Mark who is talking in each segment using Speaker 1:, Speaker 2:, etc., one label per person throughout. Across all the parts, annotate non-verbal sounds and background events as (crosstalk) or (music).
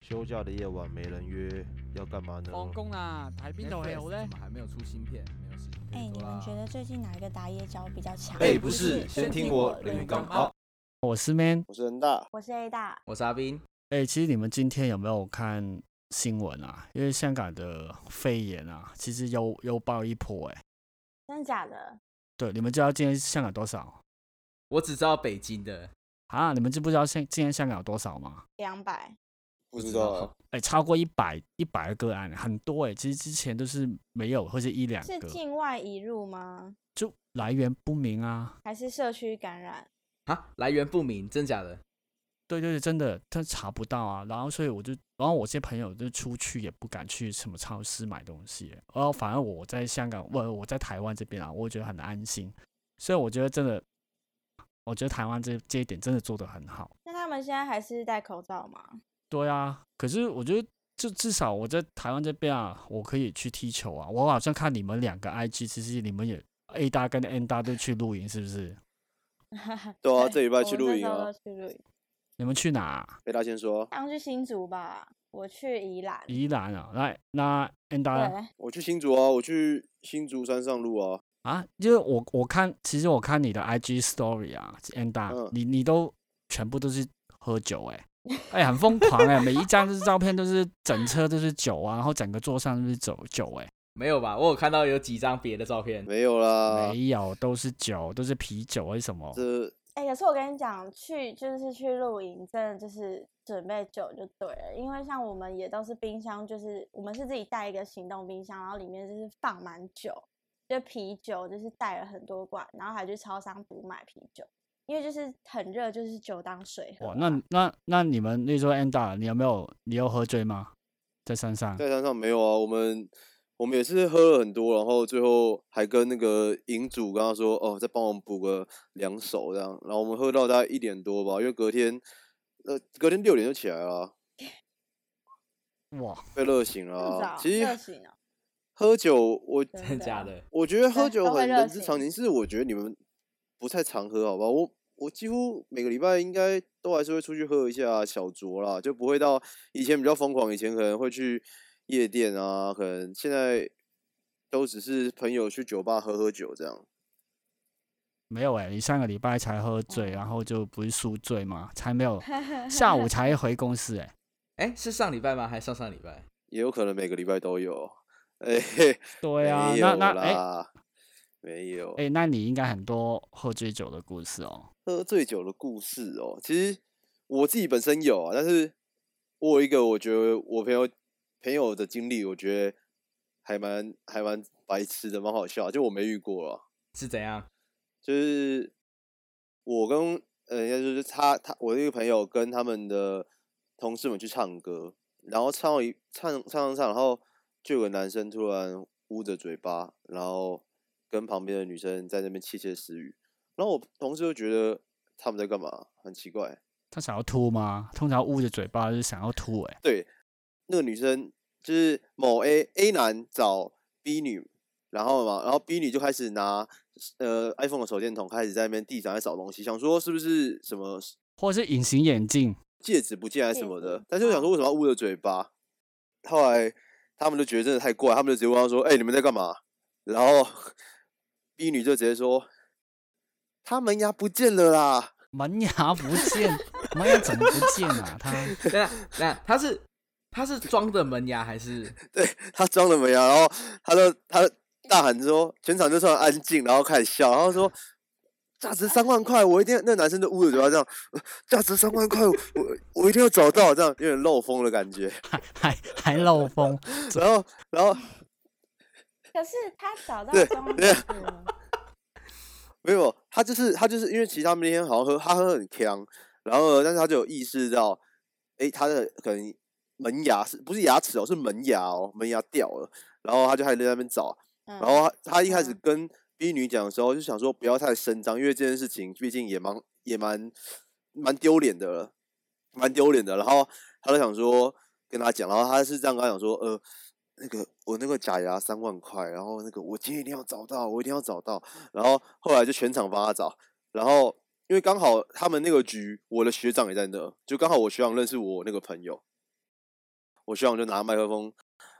Speaker 1: 休假的夜晚没人约，要干嘛呢？
Speaker 2: 哦
Speaker 3: 放工啦，排边头还有
Speaker 4: Netflix
Speaker 3: 嘞
Speaker 4: 怎。么还没有出新片？没有事情可
Speaker 2: 哎、
Speaker 4: 以
Speaker 2: 你
Speaker 4: 做啦。
Speaker 2: 们觉得最近哪一个打野角比较强？
Speaker 1: 哎、不是，先听我领刚啊！
Speaker 5: 我是 Man。
Speaker 1: 我是人大，
Speaker 2: 我是 A 大，
Speaker 4: 我是阿斌，
Speaker 5: 哎、其实你们今天有没有看新闻啊？因为香港的肺炎啊，其实又又爆一波哎、
Speaker 2: 真的假的？
Speaker 5: 对，你们知道今天香港多少
Speaker 4: 我只知道北京的，
Speaker 5: 啊？你们知不知道现今天香港有多少吗？
Speaker 2: 两百，
Speaker 6: 不知道啊，
Speaker 5: 哎、超过一百一百个个案，很多哎、其实之前都是没有或者一两
Speaker 2: 是
Speaker 5: 个，
Speaker 2: 境外移入吗？
Speaker 5: 就来源不明啊。
Speaker 2: 还是社区感染？
Speaker 4: 啊，来源不明，真假的？
Speaker 5: 对对对，真的，他查不到啊。然后所以我就，然后我这些朋友就出去也不敢去什么超市买东西，然后反而我在香港，不，我在台湾这边啊，我觉得很安心。所以我觉得真的，我觉得台湾这这一点真的做得很好。
Speaker 2: 那他们现在还是戴口罩吗？
Speaker 5: 对啊，可是我觉得就至少我在台湾这边啊，我可以去踢球啊。我好像看你们两个 IG，其实你们也 A 大跟 N 大都去露营，是不是？
Speaker 6: 对啊，这礼拜去
Speaker 2: 哎我
Speaker 6: 露
Speaker 2: 们
Speaker 6: 营
Speaker 2: 这周
Speaker 6: 啊
Speaker 2: 都。去露营，
Speaker 5: 你们去哪啊、
Speaker 6: 被大先说，
Speaker 2: 刚去新竹吧，我去宜兰。
Speaker 5: 宜兰啊？那那 N 大呢
Speaker 2: 对，
Speaker 6: 我去新竹啊，我去新竹山上路啊，
Speaker 5: 啊，就是我我看，其实我看你的 IG story 啊，and 大、
Speaker 6: 嗯
Speaker 5: 你你都全部都是喝酒哎、哎、很疯狂哎、每一张就是照片都是整车都是酒啊，然后整个桌上都是酒酒哎、
Speaker 4: 没有吧？我有看到有几张别的照片，
Speaker 6: 没有啦，
Speaker 5: 没有都是酒，都是啤酒还是什么？
Speaker 6: 这
Speaker 2: 哎、可是我跟你讲，去就是去露营，真的就是准备酒就对了，因为像我们也都是冰箱，就是我们是自己带一个行动冰箱，然后里面就是放满酒，就啤酒就是带了很多罐，然后还去超商补买啤酒，因为就是很热，就是酒当水喝
Speaker 5: 哇
Speaker 2: 啊。，
Speaker 5: 那那那你们那时候 and 大，你有没有你有喝醉吗？在山上？
Speaker 6: 在山上没有啊，我们我们也是喝了很多，然后最后还跟那个营主跟他说，哦，再帮我们补个两手这样，然后我们喝到大概一点多吧，因为隔天呃隔天六点就起来了啊，
Speaker 5: 哇，
Speaker 6: 被热醒了
Speaker 2: 这么
Speaker 6: 啊。
Speaker 2: 早
Speaker 6: 其
Speaker 2: 热
Speaker 6: 实
Speaker 2: 醒
Speaker 6: (laughs)
Speaker 2: 哦，
Speaker 6: 喝酒我
Speaker 2: 真
Speaker 4: 真的假的？
Speaker 6: 我觉得喝
Speaker 2: 对啊
Speaker 6: 酒
Speaker 2: 都会
Speaker 6: 很
Speaker 2: 热
Speaker 6: 人之
Speaker 2: 醒
Speaker 6: 常情，是我觉得你们不太常喝，好吧？我我几乎每个礼拜应该都还是会出去喝一下小酌啦，就不会到以前比较疯狂，以前可能会去夜店啊，可能现在都只是朋友去酒吧喝喝酒这样。
Speaker 5: 没有哎、你上个礼拜才喝
Speaker 6: 哦
Speaker 5: 醉，然后就不是宿醉嘛，才
Speaker 6: (laughs)
Speaker 5: 没有下午才回公司哎、
Speaker 4: 哎，是上礼拜吗？还是上上礼拜？
Speaker 6: 也有可能每个礼拜都有， (laughs) 哎、嘿，
Speaker 5: 对啊，
Speaker 6: 没
Speaker 5: 那
Speaker 6: 有
Speaker 5: 那哎。
Speaker 6: 啦，没有。
Speaker 5: 哎、那你应该很多喝醉酒的故事哦。
Speaker 6: 喝醉酒的故事哦，其实我自己本身有啊，但是我有一个我觉得我朋友朋友的经历，我觉得还蛮还蛮白痴的，蛮好笑的，就我没遇过啊。
Speaker 4: 是怎样？
Speaker 6: 就是我跟呃，应该就是他他我的一个朋友跟他们的同事们去唱歌，然后唱到一唱唱唱唱，然后就有个男生突然捂着嘴巴，然后跟旁边的女生在那边窃窃私语，然后我同事就觉得他们在干嘛，很奇怪。
Speaker 5: 他想要吐吗？通常捂着嘴巴就是想要吐、欸，哎，
Speaker 6: 对，那个女生就是某 A A 男找 B 女，然后嘛，然后 B 女就开始拿呃 iPhone 的手电筒开始在那边地上在找东西，想说是不是什么
Speaker 5: 或者是隐形眼镜。
Speaker 6: 戒指不见还是什
Speaker 2: 戒
Speaker 6: 么
Speaker 2: 指嗯
Speaker 6: 的，但是我想说为什么要捂着嘴巴？后来他们就觉得真的太怪，他们就直接问他说：“哎、你们在干嘛？”然后 (laughs) B 女就直接说：“他门牙不见了啦。
Speaker 5: 门牙不见，门牙怎么不见啊？他
Speaker 4: 那那他是他是装的门牙还是？”
Speaker 6: 他装了门牙，然后他就他大喊说，全场就突然安静，然后开始笑，然后说。价值三万块，我一定要那男生就捂着嘴巴这样，呃价值三万块，我我一定要找到，这样有点漏风的感觉。
Speaker 5: 还还还漏风，
Speaker 6: 然后，然后
Speaker 2: 可是他
Speaker 6: (laughs)
Speaker 2: 找到
Speaker 6: 对
Speaker 2: 中
Speaker 6: 对
Speaker 2: 医师
Speaker 6: (laughs)
Speaker 2: 吗？
Speaker 6: 没有，他就是他就是因为其实他们那天好像喝他喝很呛，然后呢但是他就有意识到，诶，他的可能门牙是不是牙齿哦，是门牙哦，门牙掉了，然后他就还在那边找，
Speaker 2: 然
Speaker 6: 然后他他一开始
Speaker 2: 嗯
Speaker 6: 跟 B 女讲的时候就想说不要太声张，因为这件事情毕竟也蛮也蛮蛮丢脸的了，蛮丢脸的。然后他就想说跟他讲，然后他是这样跟他讲说，呃，那个我那个假牙三万块，然后那个我今天一定要找到，我一定要找到。然后后来就全场帮他找，然后因为刚好他们那个局，我的学长也在那，就刚好我学长认识我那个朋友，我学长就拿麦克风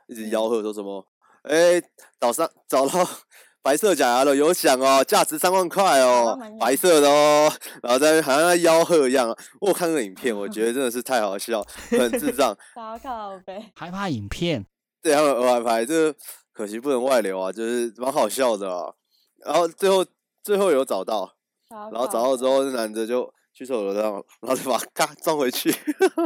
Speaker 6: 一
Speaker 2: 嗯
Speaker 6: 直吆喝说什么，哎、早上找到 (laughs) 白色假牙了，有奖哦，价值三万块
Speaker 2: 到
Speaker 6: 哦
Speaker 2: 门，
Speaker 6: 白
Speaker 2: 牙
Speaker 6: 色的哦，然后在那边好像在吆喝一样。啊我有看那个影 (laughs) 片，我觉得真的是太好笑，很智障。 (laughs)
Speaker 2: 高靠呗，
Speaker 5: 害怕影片，
Speaker 6: 对他们额外拍，这可惜不能外流啊，就是蛮好笑的啊。然后最后最后有找到，
Speaker 2: 然
Speaker 6: 然后找到之后，那男的就去厕所上，然后就把它嘎装回去。 (laughs)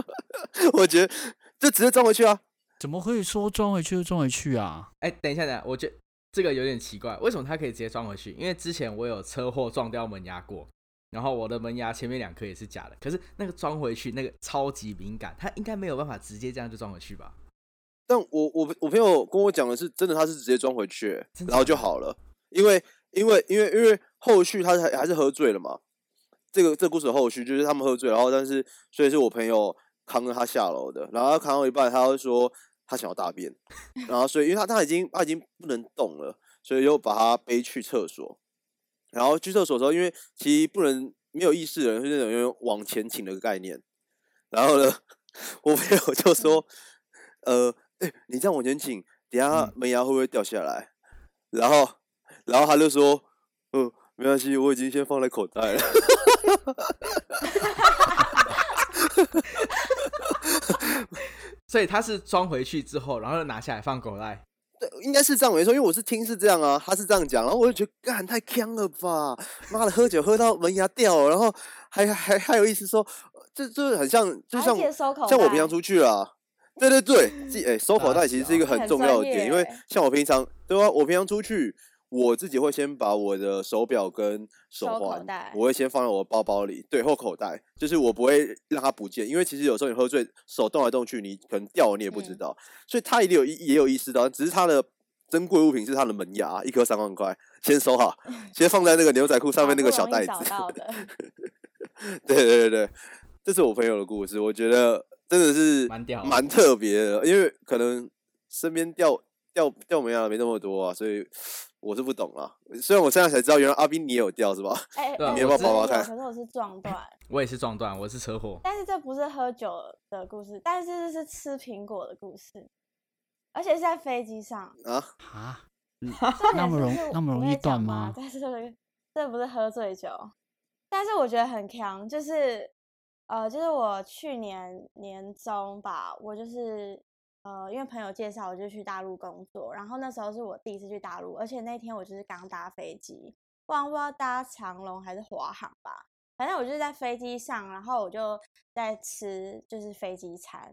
Speaker 6: 我觉得就直接装回去啊，
Speaker 5: 怎么可以说装回去就装回去啊？
Speaker 4: 哎、等一下，等一下，我觉得这个有点奇怪，为什么它可以直接装回去？因为之前我有车祸撞掉门牙过，然后我的门牙前面两颗也是假的，可是那个装回去那个超级敏感，它应该没有办法直接这样就装回去吧？
Speaker 6: 但我我我朋友跟我讲的是，真的他是直接装回去，欸
Speaker 4: 真
Speaker 6: 然后
Speaker 4: 假
Speaker 6: 就
Speaker 4: 的
Speaker 6: 好了，因为因为因为因为后续他还还是喝醉了嘛。这个这故事的后续就是他们喝醉，然后但是所以是我朋友扛着他下楼的，然后他扛到一半，他就说他想要大
Speaker 4: (laughs)
Speaker 6: 便，然后所以因为他他已经他已经不能动了，所以又把他背去厕所，然后去厕所的时候，因为其实不能没有意识的人是那种有往前倾的概念，然后呢， (laughs) 我朋友就说，呃，哎、你这样往前倾，等一下门牙会不会掉下来？然后，然后他就说，嗯、没关系，我已经先放在口袋了。 (laughs)
Speaker 4: 所以它是装回去之后，然后又拿下来放口袋。
Speaker 6: 应该是这样没错，因为我是听是这样啊，他是这样讲，然后我就觉得干太呛了吧，妈的，喝酒喝到门牙掉了，然后还还还有意思说，这这很像，就像
Speaker 2: 接收口
Speaker 6: 像我平
Speaker 2: 袋
Speaker 6: 常出去啊，对对对，自己哎、收口
Speaker 4: 大
Speaker 6: 袋其实是一个
Speaker 2: 小
Speaker 6: 很
Speaker 2: 很
Speaker 6: 重
Speaker 2: 专
Speaker 6: 要的点，因为
Speaker 2: 业
Speaker 6: 像我平常对啊，我平常出去，我自己会先把我的手表跟手
Speaker 2: 收口
Speaker 6: 环
Speaker 2: 袋，
Speaker 6: 我会先放在我的包包里，对后口袋，就是我不会让它不见，因为其实有时候你喝醉，手动来动去，你可能掉了你也不知
Speaker 2: 嗯
Speaker 6: 道，所以他一定有意也有意识到，只是他的珍贵物品是他的门牙，一颗三万块，先收
Speaker 2: (laughs)
Speaker 6: 好，先放在那个牛仔裤上面那个小袋子
Speaker 2: 啊好不容易。找到的，
Speaker 6: (laughs) 对对对对，这是我朋友的故事，我觉得真的是
Speaker 4: 蛮屌的
Speaker 6: 蛮特别的，因为可能身边掉掉掉门牙的没那么多啊，所以我是不懂啊。虽然我现在才知道，原来阿斌你也有掉是吧？ (laughs)
Speaker 2: 哎、
Speaker 4: 对啊
Speaker 2: 哎
Speaker 4: 你要不
Speaker 6: 要
Speaker 2: 我
Speaker 6: 抱抱
Speaker 2: 是有
Speaker 6: 看
Speaker 2: 可是我是撞断，
Speaker 4: 我也是撞断，我是车祸。
Speaker 2: 但是这不是喝酒的故事，但是这是吃苹果的故事，而且是在飞机
Speaker 5: (laughs)
Speaker 2: 上。
Speaker 6: 啊，
Speaker 5: 啊，
Speaker 2: 重
Speaker 5: 那
Speaker 2: 点
Speaker 5: 么
Speaker 2: 是
Speaker 5: 容
Speaker 2: 是
Speaker 5: 那么
Speaker 2: 我
Speaker 5: 容
Speaker 2: 会
Speaker 5: 易
Speaker 2: 讲
Speaker 5: 断
Speaker 2: 吗
Speaker 5: 吗？
Speaker 2: (laughs) 但是这不是喝醉酒，但是我觉得很强，就是呃，就是我去年年中吧，我就是呃，因为朋友介绍，我就去大陆工作，然后那时候是我第一次去大陆，而且那天我就是刚搭飞机，不然不知道搭长龙还是华航吧，反正我就是在飞机上，然后我就在吃就是飞机餐，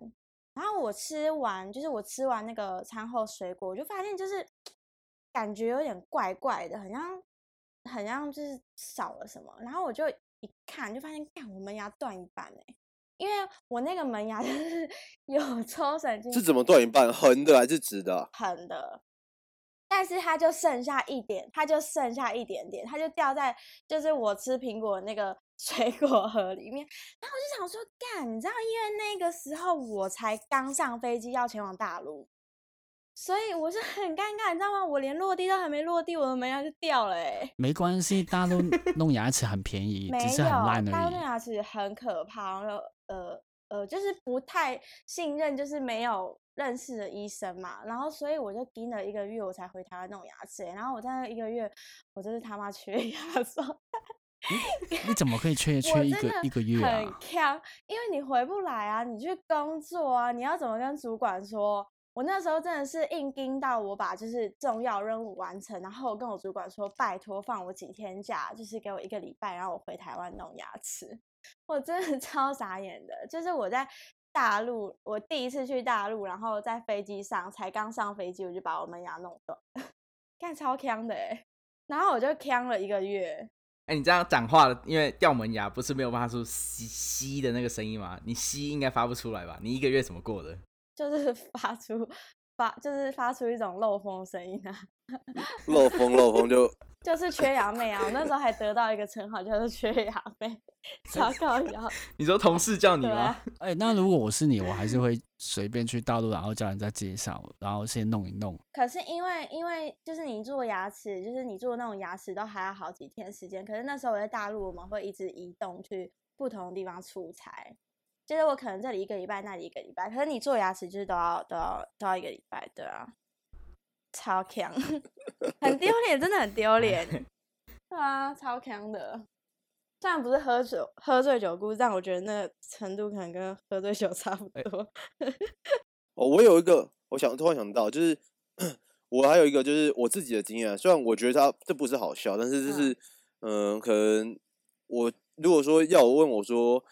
Speaker 2: 然后我吃完，就是我吃完那个餐后水果，我就发现就是感觉有点怪怪的，很像很像就是少了什么。然后我就一看，就发现，看我门牙断一半哎、因为我那个门牙 (laughs) 就是有 (laughs) 抽神经
Speaker 6: 是怎么断一半？横的还是直的啊、
Speaker 2: 很的，但是它就剩下一点，它就剩下一点点，它就掉在就是我吃苹果那个 (laughs) 水果盒里面。然后我就想说，干，你知道，因为那个时候我才刚上飞机要前往大陆，所以我是很尴尬，你知道吗？我连落地都还没落地，我的门牙就掉了、欸，
Speaker 5: 没关系，大
Speaker 2: (laughs)
Speaker 5: 陆弄牙齿很便宜，
Speaker 2: 没
Speaker 5: 只
Speaker 2: 有，
Speaker 5: 是很烂
Speaker 2: 大
Speaker 5: 而
Speaker 2: 陆
Speaker 5: 已
Speaker 2: 那。牙齿很可怕，然后呃呃，就是不太信任，就是没有认识的医生嘛。然后所以我就盯了一个月，我才回台湾弄牙齿欸、然后我在那一个月，我真是他妈缺 (laughs) 牙刷，
Speaker 5: 你怎么可以缺
Speaker 2: 我
Speaker 5: 缺一
Speaker 2: 真
Speaker 5: 个
Speaker 2: 的
Speaker 5: 一个月
Speaker 2: 很
Speaker 5: 啊？
Speaker 2: 强，因为你回不来啊，你去工作啊，你要怎么跟主管说？我那时候真的是硬盯到我把就是重要任务完成，然后我跟我主管说，拜托放我几天假，就是给我一个礼拜，然后我回台湾弄牙齿。我真的 (laughs) 超傻眼的，就是我在大陆，我第一次去大陆，然后在飞机上才刚上飞机，我就把我门牙弄断， (laughs) 看超强的、欸，然后我就呛了一个月，
Speaker 4: 哎、你这样讲话，因为掉门牙不是没有办法出吸吸的那个声音吗？你吸应该发不出来吧？你一个月怎么过的？
Speaker 2: 就是 (laughs) 发出发，就是发出一种漏风声音啊，
Speaker 6: 漏风漏风就
Speaker 2: 就是缺牙妹啊！我那时候还得到一个称号，叫做缺牙妹， (laughs) 超搞笑。
Speaker 4: 你说同事叫你
Speaker 2: 对
Speaker 4: 吗
Speaker 2: 啊？
Speaker 5: 哎、那如果我是你，我还是会随便去大陆，然后叫人家介绍，然后先弄一弄。
Speaker 2: 可是因为因为就是你做牙齿，就是你做那种牙齿都还要好几天时间。可是那时候我在大陆，我们会一直移动去不同的地方出差，就是我可能这里一个礼拜，那里一个礼拜，可是你做牙齿就是都要都要都要一个礼拜，对啊，超强，很丢脸，真的很丢脸，对啊，超强的。虽然不是喝酒喝醉酒故，但我觉得那个程度可能跟喝醉酒差不
Speaker 4: 哎
Speaker 2: 多。 (laughs)
Speaker 6: 哦，我有一个，我想突然想到，就是 (coughs) 我还有一个就是我自己的经验啊，虽然我觉得它这不是好笑，但是就
Speaker 4: 嗯
Speaker 6: 是嗯、可能我如果说要我问我说，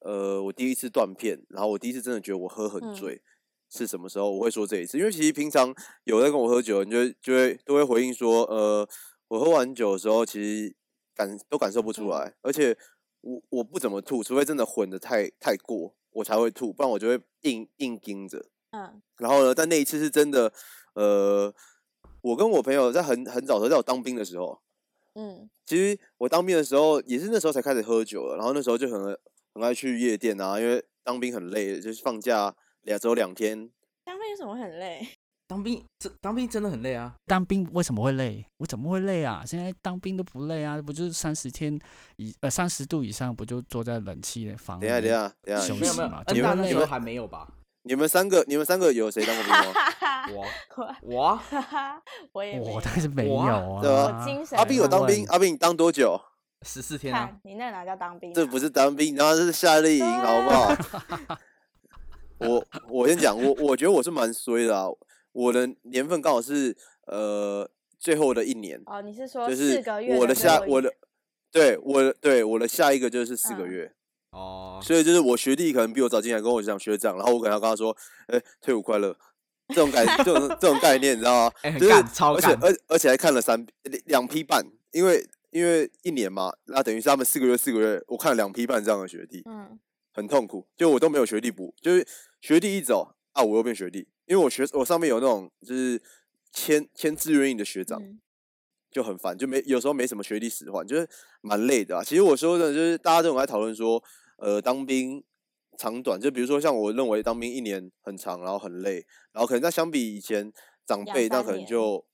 Speaker 6: 呃，我第一次断片，然后我第一次真的觉得我喝很
Speaker 2: 嗯
Speaker 6: 醉。是什么时候？我会说这一次，因为其实平常有在跟我喝酒，你就会就会都会回应说，呃，我喝完酒的时候，其实感都感受不出
Speaker 2: 嗯
Speaker 6: 来，而且我我不怎么吐，除非真的混的太太过，我才会吐，不然我就会硬硬盯着。
Speaker 2: 嗯
Speaker 6: 然后呢，但那一次是真的，呃，我跟我朋友在很很早的时候，在我当兵的时候，
Speaker 2: 嗯
Speaker 6: 其实我当兵的时候也是那时候才开始喝酒了，然后那时候就很很爱去夜店啊，因为当兵很累，就是放假两周两天，
Speaker 2: 当兵为什么会很累？ (laughs)
Speaker 4: 当兵这当兵真的很累啊，
Speaker 5: 当兵为什么会累？我怎么会累啊？现在当兵都不累啊，不就是三十天以呃三十度以上，不就坐在冷气房里
Speaker 6: 等一下
Speaker 5: 面？
Speaker 6: 等一下等一下，
Speaker 5: 休
Speaker 6: 你
Speaker 4: 嗯没有
Speaker 6: 们
Speaker 5: 息
Speaker 4: 没有
Speaker 5: 嘛，
Speaker 4: 恩
Speaker 5: 对
Speaker 4: 大
Speaker 5: 吧
Speaker 4: 那
Speaker 5: 你
Speaker 4: 时候
Speaker 5: 们
Speaker 4: 还没有吧？
Speaker 6: 你们三个你们三个有谁当过兵吗？
Speaker 4: (laughs) 我
Speaker 2: 我
Speaker 4: 我
Speaker 2: (laughs) 我也没
Speaker 5: 我
Speaker 2: 有
Speaker 5: 当然没有
Speaker 4: 我啊
Speaker 5: 啊，
Speaker 6: 对啊
Speaker 2: 我精神
Speaker 6: 阿斌有
Speaker 5: 我
Speaker 6: 当
Speaker 5: 问
Speaker 6: 兵，阿斌你当多久？
Speaker 4: 十四天啊
Speaker 2: 看，你那哪叫当兵啊？
Speaker 6: 这不是当兵，然后是夏令营，
Speaker 2: 对
Speaker 6: 好不好？我我先讲，我我觉得我是蛮衰的啊，我的年份刚好是呃最后的一年，
Speaker 2: 哦，你是说
Speaker 6: 就是
Speaker 2: 四个月
Speaker 6: 我的
Speaker 2: 最后
Speaker 6: 下
Speaker 2: 一
Speaker 6: 我的对我的对我的下一个就是四个
Speaker 2: 嗯
Speaker 6: 月，
Speaker 4: 哦，
Speaker 6: 所以就是我学弟可能比我早进来跟我讲学长，然后我可能要跟他说，哎、退伍快乐。这种概这种这种概念，你知道吗？
Speaker 4: 哎很
Speaker 6: 就是
Speaker 4: 干超
Speaker 6: 而且
Speaker 4: 干
Speaker 6: 而而且还看了三两两批半，因为因为一年嘛，那等于是他们四个月四个月，我看了两批半这样的学弟，
Speaker 2: 嗯
Speaker 6: 很痛苦，就我都没有学弟补，就是学弟一走啊，我又变学弟，因为我学我上面有那种就是签签志愿役的学长，
Speaker 2: 嗯
Speaker 6: 就很烦，就没有时候没什么学弟使唤，就是蛮累的啊。其实我说的就是大家都很爱讨论说，呃，当兵长短，就比如说像我认为当兵一年很长，然后很累，然后可能那相比以前长
Speaker 2: 两
Speaker 6: 辈，那
Speaker 2: 三
Speaker 6: 可能
Speaker 2: 年
Speaker 6: 就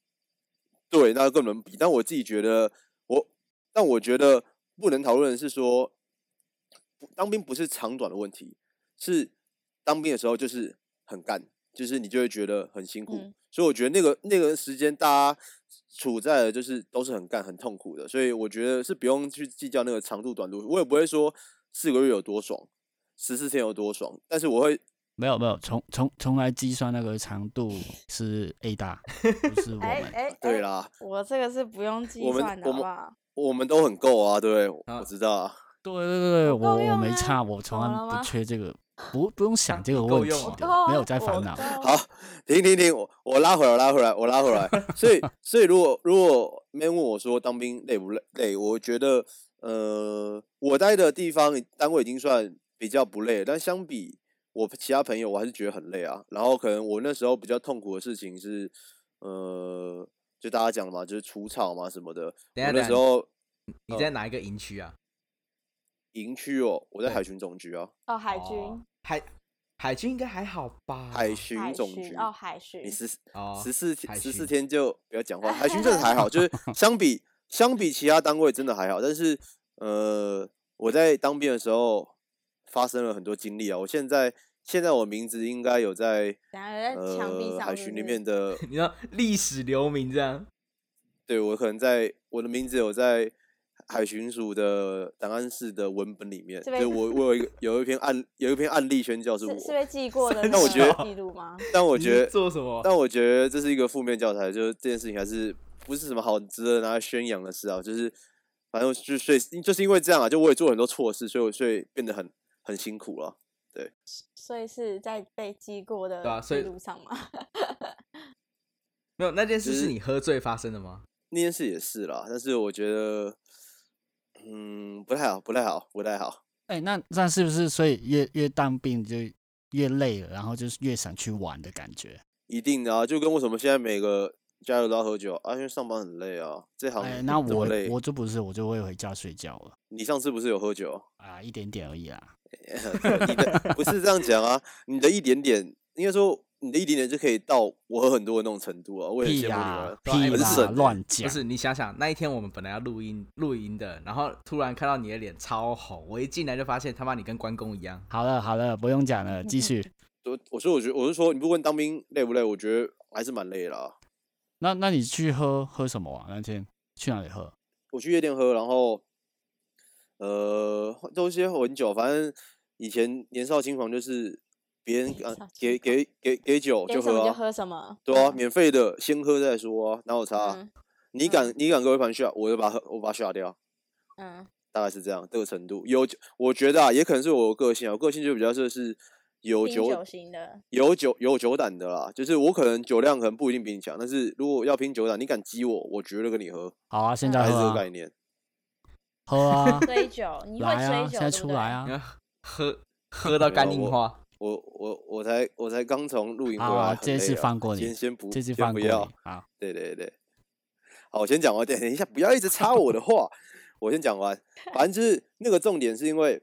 Speaker 6: 对，那更能比。但我自己觉得，我但我觉得不能讨论的是说，不当兵不是长短的问题，是当兵的时候就是很干，就是你就会觉得很辛苦。
Speaker 2: 嗯
Speaker 6: 所以我觉得那个那个时间大家处在的就是都是很干很痛苦的，所以我觉得是不用去计较那个长度短度，我也不会说四个月有多爽，十四天有多爽，但是我会
Speaker 5: 没有没有，从从从来计算那个长度是 A 大，不是我
Speaker 2: (laughs) 哎
Speaker 5: 们。
Speaker 2: 哎，
Speaker 6: 对
Speaker 2: 哎，
Speaker 6: 啦，
Speaker 2: 我这个是不用计
Speaker 6: 我们
Speaker 2: 算的，
Speaker 6: 我
Speaker 2: 好不
Speaker 6: 们
Speaker 2: 好？
Speaker 6: 我们都很够啊，对不对？
Speaker 4: 啊
Speaker 6: 我知道啊，
Speaker 5: 对对对，
Speaker 2: 我够
Speaker 5: 我我
Speaker 2: 用
Speaker 5: 没
Speaker 2: 啊
Speaker 5: 差，我从
Speaker 2: 怎
Speaker 5: 来
Speaker 2: 么了吗
Speaker 5: 不缺这个，不不用想这个
Speaker 4: 你够
Speaker 5: 问
Speaker 4: 用
Speaker 5: 题
Speaker 4: 啊
Speaker 5: 的
Speaker 2: 够，
Speaker 5: 没有
Speaker 2: 啊
Speaker 5: 在
Speaker 2: 我
Speaker 5: 烦恼。
Speaker 2: 够
Speaker 4: 哦
Speaker 6: 好，停停停，我我拉回来，我拉回来，我拉回来。所
Speaker 4: (laughs)
Speaker 6: 以所以如果如果 man 问我说当兵累不累，累，我觉得呃，我待的地方单位已经算比较不累了，但相比我其他朋友，我还是觉得很累啊。然后可能我那时候比较痛苦的事情是，呃，就大家讲的嘛，就是除草嘛什么的。
Speaker 4: 等一
Speaker 6: 我那
Speaker 4: 下等一
Speaker 6: 时
Speaker 4: 下
Speaker 6: 候
Speaker 4: 你在哪一个营区啊？
Speaker 6: 营区哦，我在
Speaker 4: 对
Speaker 6: 海巡总局啊，
Speaker 2: 哦，海
Speaker 4: 哦
Speaker 2: 军，
Speaker 4: 海海军应该还好吧？
Speaker 6: 海巡
Speaker 2: 海
Speaker 6: 总
Speaker 2: 巡
Speaker 6: 局
Speaker 2: 哦，海巡，
Speaker 6: 你十
Speaker 4: 哦
Speaker 6: 十四天
Speaker 4: 海
Speaker 6: 十四
Speaker 4: 巡
Speaker 6: 天就不要讲话，海巡真的还好，就是相比相比其他单位真的还好，但是呃，我在当兵的时候发生了很多经历啊，我现在现在我名字应该有在
Speaker 2: 等下在墙壁
Speaker 6: 呃
Speaker 2: 上
Speaker 6: 海
Speaker 2: 是
Speaker 6: 巡
Speaker 2: 不
Speaker 6: 里
Speaker 2: 是
Speaker 6: 面
Speaker 4: (laughs)
Speaker 6: 的，
Speaker 4: (laughs) 你知道历史留名这样，
Speaker 6: 对我可能在我的名字有在海巡署的档案室的文本里面，
Speaker 2: 这
Speaker 6: 就
Speaker 2: 边
Speaker 6: 是我我有一个有一篇案有一篇案例宣教是我
Speaker 2: 是，是被记过
Speaker 6: (laughs)
Speaker 2: 的
Speaker 4: 三
Speaker 2: 那
Speaker 6: 我觉
Speaker 2: 个
Speaker 6: 得
Speaker 2: 记录吗？
Speaker 6: 但我
Speaker 4: 你
Speaker 6: 觉
Speaker 4: 是
Speaker 6: 得
Speaker 4: 做什么？
Speaker 6: 但我觉得这是一个负面教材，就是这件事情还是不是什么好值得拿来宣扬的事啊。就是反正就所以就是因为这样啊，就我也做很多错事，所以我所以变得很很辛苦了。
Speaker 2: 所以是在被记过
Speaker 4: 对啊
Speaker 2: 的
Speaker 4: 所
Speaker 2: 记
Speaker 4: 以
Speaker 2: 录上吗？
Speaker 4: 没有那件事
Speaker 6: 就是
Speaker 4: 是你喝醉发生的吗？
Speaker 6: 那件事也是啦，但是我觉得，嗯，不太好，不太好，不太好。
Speaker 5: 哎，那那是不是所以越越当兵就越累了，然后就是越想去玩的感觉？
Speaker 6: 一定的啊，就跟为什么现在每个加油都要喝酒啊，因为上班很累啊，这行
Speaker 5: 哎，那
Speaker 6: 这么
Speaker 5: 我
Speaker 6: 累。
Speaker 5: 我就不是，我就会回家睡觉了
Speaker 6: 你上次不是有喝酒？
Speaker 5: 啊，一点点而已啦。
Speaker 6: (laughs) 你的不是这样讲啊，你的一点点，应该说你的一点点就可以到我喝很多的那种程度啊，我也很羡
Speaker 5: 屁
Speaker 6: 慕你
Speaker 5: 呀
Speaker 6: 们。
Speaker 5: 屁
Speaker 6: 很
Speaker 5: 呀，
Speaker 6: 省欸
Speaker 5: 乱讲
Speaker 4: 不！是你想想，那一天我们本来要录音录音的，然后突然看到你的脸超红，我一进来就发现他妈你跟关公一样。
Speaker 5: 好了好了，不用讲了，继
Speaker 2: (laughs)
Speaker 5: 续。
Speaker 6: 我我说我觉得我是说，你不问当兵累不累，我觉得还是蛮累的啊。
Speaker 5: 那那你去喝喝什么啊？那天去哪里喝？
Speaker 6: 我去夜店喝，然后呃，都一些混酒，反正以前年少轻狂就是别人
Speaker 2: 年
Speaker 6: 啊
Speaker 2: 少
Speaker 6: 给
Speaker 2: 轻
Speaker 6: 给给给酒
Speaker 2: 给
Speaker 6: 就
Speaker 2: 什么
Speaker 6: 喝
Speaker 2: 就
Speaker 6: 啊，
Speaker 2: 喝什么。
Speaker 6: 对啊，
Speaker 2: 嗯
Speaker 6: 免费的先喝再说啊，哪有差啊、
Speaker 2: 嗯
Speaker 6: 你敢你敢给我一盘 shot，我就把它喝我把它 shot 掉，
Speaker 2: 嗯，
Speaker 6: 大概是这样这个程度。有酒我觉得啊，也可能是我的个性啊，我个性就比较就是有
Speaker 2: 冰
Speaker 6: 酒
Speaker 2: 酒型的，
Speaker 6: 有酒有酒胆的啦，就是我可能酒量可能不一定比你强，但是如果要拼酒胆，你敢激我，我绝对跟你喝，
Speaker 5: 好啊，
Speaker 2: 嗯
Speaker 5: 现
Speaker 6: 还
Speaker 5: 在
Speaker 6: 是这
Speaker 5: 喝
Speaker 6: 个
Speaker 5: 啊
Speaker 6: 概，念。
Speaker 5: 喝啊，
Speaker 6: (laughs)
Speaker 2: 追酒，你会
Speaker 5: 来
Speaker 2: 追
Speaker 5: 啊，
Speaker 2: 酒
Speaker 5: 现
Speaker 2: 对
Speaker 5: 在
Speaker 2: 不
Speaker 5: 出
Speaker 2: 对？
Speaker 5: 来啊
Speaker 4: 你！要喝喝到肝硬化，
Speaker 6: 我我我才我才刚从露营回
Speaker 5: 好啊
Speaker 6: 来，
Speaker 5: 这
Speaker 6: 很
Speaker 5: 次
Speaker 6: 累啊
Speaker 5: 放过你
Speaker 6: 先先不
Speaker 5: 这次
Speaker 6: 先
Speaker 5: 放
Speaker 6: 不
Speaker 5: 过
Speaker 6: 要
Speaker 5: 你，好，
Speaker 6: 对对对。好，我先讲哦完，等一下不要一直插我的
Speaker 4: (laughs)
Speaker 6: 话，我先讲完。反正就是那个重点是因为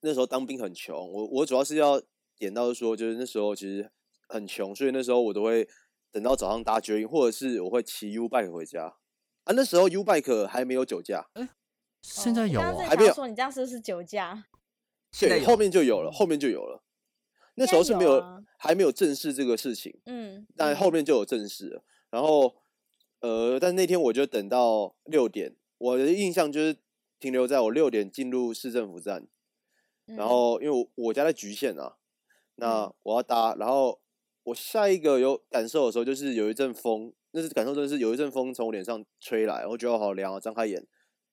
Speaker 6: 那时候当兵很穷，我我主要是要点到说，就是那时候其实很穷，所以那时候我都会等到早上搭捷运，或者是我会骑 U bike 回家。啊，那时候 U bike 还没有酒驾，
Speaker 5: 现
Speaker 2: 哦
Speaker 5: 在有
Speaker 2: 我刚刚
Speaker 5: 哦，
Speaker 6: 还
Speaker 2: 在
Speaker 6: 没有
Speaker 2: 想说你这样是不是酒驾？
Speaker 4: 现在
Speaker 6: (laughs) 对，
Speaker 4: 有嗯
Speaker 6: 后面就有了，后面就有了。那时候是没有，
Speaker 2: 应该有啊
Speaker 6: 还没有正视这个事情。
Speaker 2: 嗯，
Speaker 6: 但
Speaker 2: 嗯
Speaker 6: 后面就有正式了。然后，呃，但那天我就等到六点，我的印象就是停留在我六点进入市政府站，然
Speaker 2: 嗯
Speaker 6: 后因为我我家在局县啊，那我要搭，然后我下一个有感受的时候就是有一阵风，那是感受真的是有一阵风从我脸上吹来，我觉得我好凉啊，张开眼，然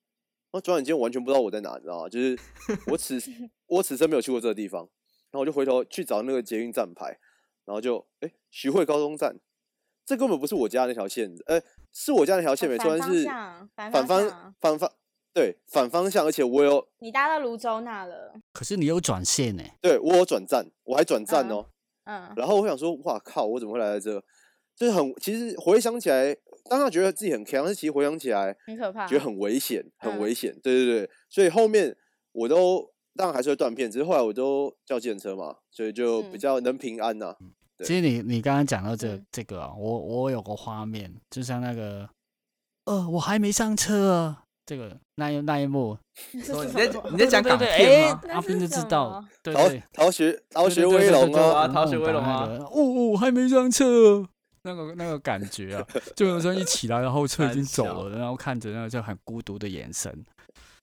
Speaker 6: 后转眼间完全不知道我在哪，你知道吗？就是
Speaker 2: (laughs)
Speaker 6: 我此我此生没有去过这个地方，然后我就回头去找那个捷运站牌，然后就哎徐汇高中站，这根本不是我家那条线，呃，是我家那条线
Speaker 2: 哦
Speaker 6: 没错，
Speaker 2: 反
Speaker 6: 但
Speaker 2: 方
Speaker 6: 是
Speaker 2: 向反
Speaker 6: 反
Speaker 2: 方
Speaker 6: 方
Speaker 2: 向
Speaker 6: 反方对反方向，而且我有
Speaker 2: 你搭到泸州那了，
Speaker 5: 可是你有转线呢，
Speaker 6: 对我有转站，我还转站
Speaker 2: 嗯
Speaker 6: 哦。
Speaker 2: 嗯，
Speaker 6: 然后我想说，哇靠，我怎么会来到这？就是很，其实回想起来，当下觉得自己很强，但是其实回想起来，
Speaker 2: 很可怕。
Speaker 6: 觉得很危险，很
Speaker 2: 啊嗯
Speaker 6: 危险。对对对，所以后面我都当然还是会断片，只是后来我都叫计程车嘛，所以就比
Speaker 2: 嗯
Speaker 6: 较能平安呐、对
Speaker 5: 其实你你刚刚讲到这
Speaker 2: 嗯
Speaker 5: 这个啊，我我有个画面，就像那个，呃，我还没上车啊，这个那一那一幕，
Speaker 2: (laughs)
Speaker 4: 说你
Speaker 2: 这
Speaker 4: 在
Speaker 2: 是什么
Speaker 4: 你在讲
Speaker 5: 对
Speaker 4: 港
Speaker 5: 对对
Speaker 4: 片吗？
Speaker 5: 哎
Speaker 2: 那
Speaker 5: 阿
Speaker 2: 是
Speaker 5: 斌就知
Speaker 2: 什
Speaker 5: 道
Speaker 2: 么，
Speaker 5: 对
Speaker 6: 逃
Speaker 5: 对，
Speaker 6: 逃学逃
Speaker 5: 对
Speaker 6: 学威龙啊，
Speaker 4: 啊逃学威龙
Speaker 5: 对
Speaker 4: 啊，
Speaker 5: 对对对对对对对对哦哦，还没上车。那个那个感觉啊，就有时候一起来，然后车已经走了，然后看着那个就很孤独的眼神，